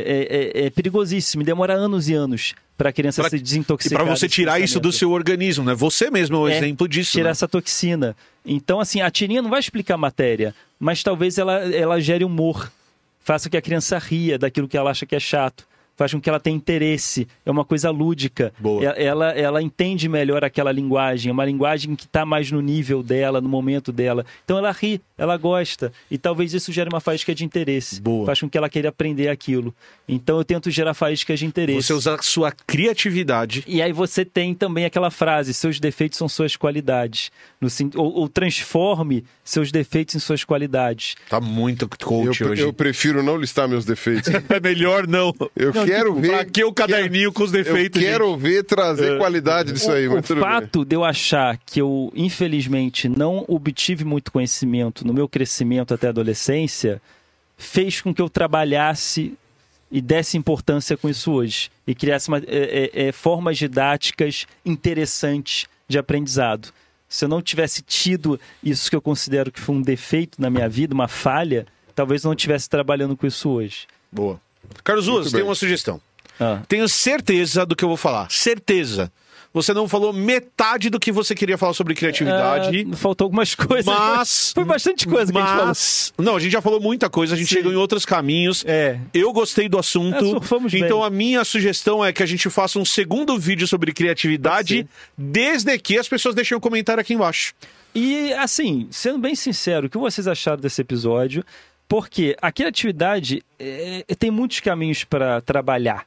C: é, é, é perigosíssimo, e demora anos e anos para a criança
B: Pra-
C: se
B: E
C: desintoxicar.
B: pra você
C: desse
B: tirar isso do
C: pensamento.
B: seu organismo, né? Você mesmo é um
C: É,
B: exemplo disso.
C: Tirar
B: né?
C: essa toxina. Então, assim, a tirinha não vai explicar a matéria, mas talvez ela, ela gere humor. Faça que a criança ria daquilo que ela acha que é chato. Faz com que ela tenha interesse. É uma coisa lúdica.
B: Boa.
C: E- Ela, ela entende melhor aquela linguagem. É uma linguagem que está mais no nível dela, no momento dela. Então ela ri, ela gosta. E talvez isso gere uma faísca de interesse.
B: Boa.
C: Faz com que ela queira aprender aquilo. Então eu tento gerar faíscas de interesse.
B: Você usar a sua criatividade.
C: E aí você tem também aquela frase: seus defeitos são suas qualidades. No sen- ou, ou transforme seus defeitos em suas qualidades.
B: Tá muito
A: Eu,
B: coach
A: pre-
B: hoje.
A: eu prefiro não listar meus
B: [laughs]
A: defeitos.
B: É melhor não. tipo,
A: Eu quero
B: Pra
A: ver.
B: que o caderninho com os
A: Eu
B: defeitos? É,
A: quero ver trazer qualidade disso aí,
C: o
A: mas tudo bem.
C: fato de eu achar que eu, infelizmente, não obtive muito conhecimento no meu crescimento até a adolescência fez com que eu trabalhasse e desse importância com isso hoje. E criasse uma- é, é, é, formas didáticas interessantes de aprendizado. Se eu não tivesse tido isso que eu considero que foi um defeito na minha vida, uma falha, talvez eu não estivesse trabalhando com isso hoje.
B: Boa. Carlos Ruas,
A: Muito
B: tem
A: bem.
B: uma sugestão.
C: Ah.
B: Tenho certeza do que eu vou falar. Certeza. Você não falou metade do que você queria falar sobre criatividade.
C: Ah, faltou algumas [laughs] coisas.
B: Mas-
C: Ah, Foi bastante coisa que a gente falou.
B: Mas, não, a gente já falou muita coisa, a gente
C: Sim.
B: chegou em outros caminhos.
C: É.
B: Eu gostei do
C: É,
B: assunto.
C: surfamos bem.
B: então a minha sugestão é que a gente faça um segundo vídeo sobre criatividade,
C: Pode
B: desde que as pessoas deixem um comentário aqui embaixo.
C: E, assim, sendo bem sincero, o que vocês acharam desse episódio? Porque a criatividade é, tem muitos caminhos para trabalhar.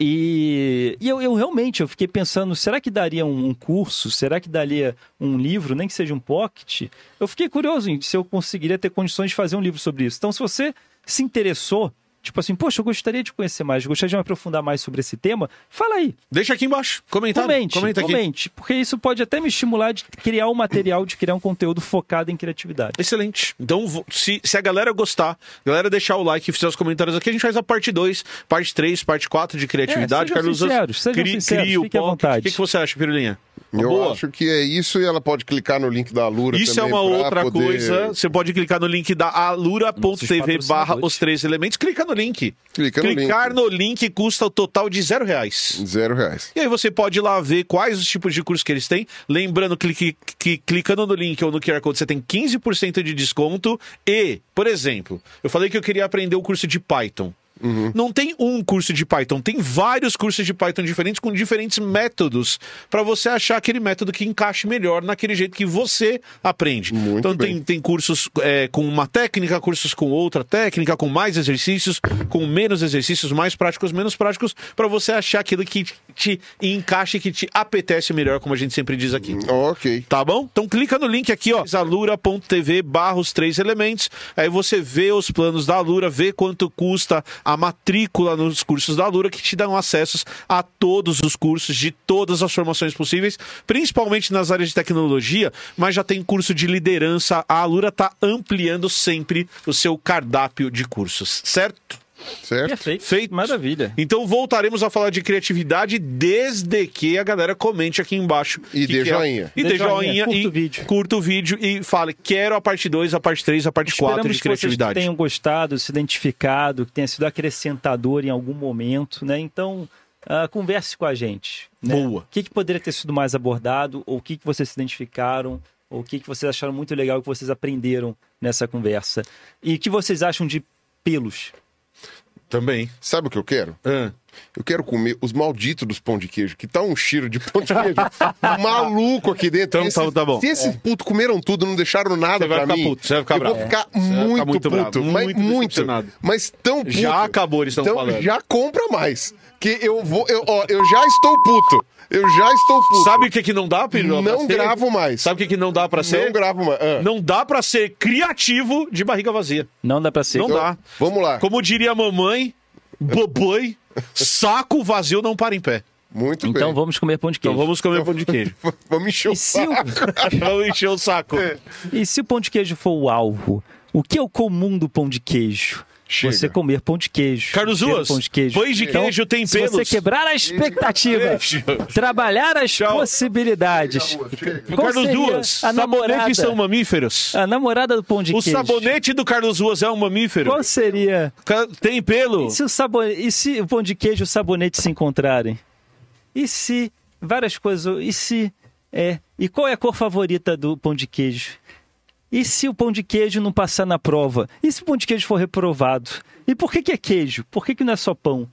C: E, e eu, eu realmente eu fiquei pensando, será que daria um, um curso? Será que daria um livro, nem que seja um pocket? Eu fiquei curioso em se eu conseguiria ter condições de fazer um livro sobre isso. Então, se você se interessou, tipo assim, poxa, eu gostaria de conhecer mais, gostaria de me aprofundar mais sobre esse tema, fala aí.
B: Deixa aqui embaixo. Comentário.
C: Comente,
B: Comenta aqui.
C: comente, porque isso pode até me estimular de criar um material, de criar um conteúdo focado em criatividade.
B: Excelente. Então, vo- se, se a galera gostar, a galera deixar o like e fizer os comentários aqui, a gente faz a parte 2, parte 3, parte 4 de criatividade.
C: É, sejam
B: Carlos,
C: sinceros, sejam sinceros,
B: cria o
C: fiquem à
B: pocket.
C: vontade.
B: O que, que você acha, Pirulinha? Uma
A: Eu
B: boa?
A: acho que é isso e ela pode clicar no link da Alura
B: Isso é
A: também
B: uma
A: pra
B: outra
A: poder-
B: coisa. Você pode clicar no link da
C: Nossos
B: alura.tv
C: patrocinadores.
B: barra os três elementos. Clica no link.
A: Clica no
B: Clicar
A: link.
B: no link custa o total de zero reais.
A: Zero reais.
B: E aí você pode ir lá ver quais os tipos de cursos que eles têm. Lembrando que, que- que clicando no link ou no QR Code você tem 15% de desconto. E, por exemplo, eu falei que eu queria aprender o curso de Python.
A: Uhum.
B: Não tem um curso de Python, tem vários cursos de Python diferentes com diferentes métodos para você achar aquele método que encaixe melhor naquele jeito que você aprende.
A: Muito
B: então
A: bem.
B: tem tem cursos é, com uma técnica, cursos com outra técnica, com mais exercícios, com menos exercícios, mais práticos, menos práticos, para você achar aquilo que te encaixe, que te apetece melhor, como a gente sempre diz aqui.
A: Ok.
B: Tá bom? Então clica no link aqui, ó, alura.tv barra os três elementos, aí você vê os planos da Alura, vê quanto custa a matrícula nos cursos da Alura, que te dão acessos a todos os cursos, de todas as formações possíveis, principalmente nas áreas de tecnologia, mas já tem curso de liderança, a Alura tá ampliando sempre o seu cardápio de cursos, certo?
A: certo?
C: Perfeito.
B: Feito.
C: é Maravilha.
B: Então voltaremos a falar de criatividade desde que a galera comente aqui embaixo.
A: E
B: que
A: dê
B: quer-
A: joinha.
B: E dê, joinha.
C: curta
B: e
C: o vídeo.
B: Curta o vídeo e fale, quero a parte 2, a parte 3, a parte 4
C: Esperamos
B: de
C: que vocês
B: criatividade.
C: tenham gostado, se identificado, que tenha sido acrescentador em algum momento, né? Então, ah, converse com a gente. né?
B: Boa.
C: O que, que poderia ter sido mais abordado, ou o que, que vocês se identificaram, ou o que, que vocês acharam muito legal que vocês aprenderam nessa conversa. E o que vocês acham de pelos?
B: Também.
A: Sabe o que eu quero?
B: Ah.
A: Eu quero comer os malditos dos pão de queijo, que tá um cheiro de pão de
B: [laughs]
A: queijo maluco aqui dentro.
B: Então
A: Esse-
B: tá- tá bom.
A: Se esses putos comeram tudo, não deixaram nada
B: Você vai
A: pra
B: ficar
A: mim,
B: puto, você vai ficar
A: eu vou
B: bravo.
A: ficar
B: vai
A: muito
B: ficar muito bravo,
A: puto, mas
B: muito
A: muito,
B: decepcionado.
A: mas tão puto.
B: Já acabou, eles estão
A: então,
B: falando.
A: Já compra mais, que eu vou, eu, ó, eu já estou puto, eu já estou puto.
B: Sabe o que, que não dá, Pirula? pra
A: Não
B: ser?
A: gravo mais.
B: Sabe o que, que não dá pra ser?
A: Não gravo mais. Ah.
B: Não dá pra ser criativo de barriga vazia.
C: Não dá pra ser.
B: Não
A: Então,
B: dá.
A: Vamos lá.
B: Como diria a mamãe, boboi, saco vazio não para em pé.
A: Muito
C: então
A: bem.
C: vamos comer pão de
B: Então
C: queijo.
B: vamos comer pão de queijo.
A: [laughs] Vamos encher o
C: E se o-
A: saco.
B: [laughs] Vamos encher o saco.
A: É.
C: E se o pão de queijo for o alvo, o que é o comum do pão de queijo?
A: Chega.
C: Você comer pão de queijo.
B: Carlos
C: Ter
B: Ruas,
C: pão de queijo. Então,
B: pães de queijo têm
C: se
B: pelos.
C: você quebrar a expectativa, trabalhar as possibilidades. Qual
B: Carlos
C: seria
B: Duas,
C: a namorada,
B: sabonetes são mamíferos.
C: a namorada do pão de
B: O
C: queijo.
B: sabonete do Carlos Ruas é um mamífero.
C: Qual seria?
B: Ca- Tem pelo.
C: Se o sabone... E se o pão de queijo e o sabonete se encontrarem? E se várias coisas. E se. É. E qual é a cor favorita do pão de queijo? E se o pão de queijo não passar na prova? E se o pão de queijo for reprovado? E por que, que é queijo? Por que, que não é só pão?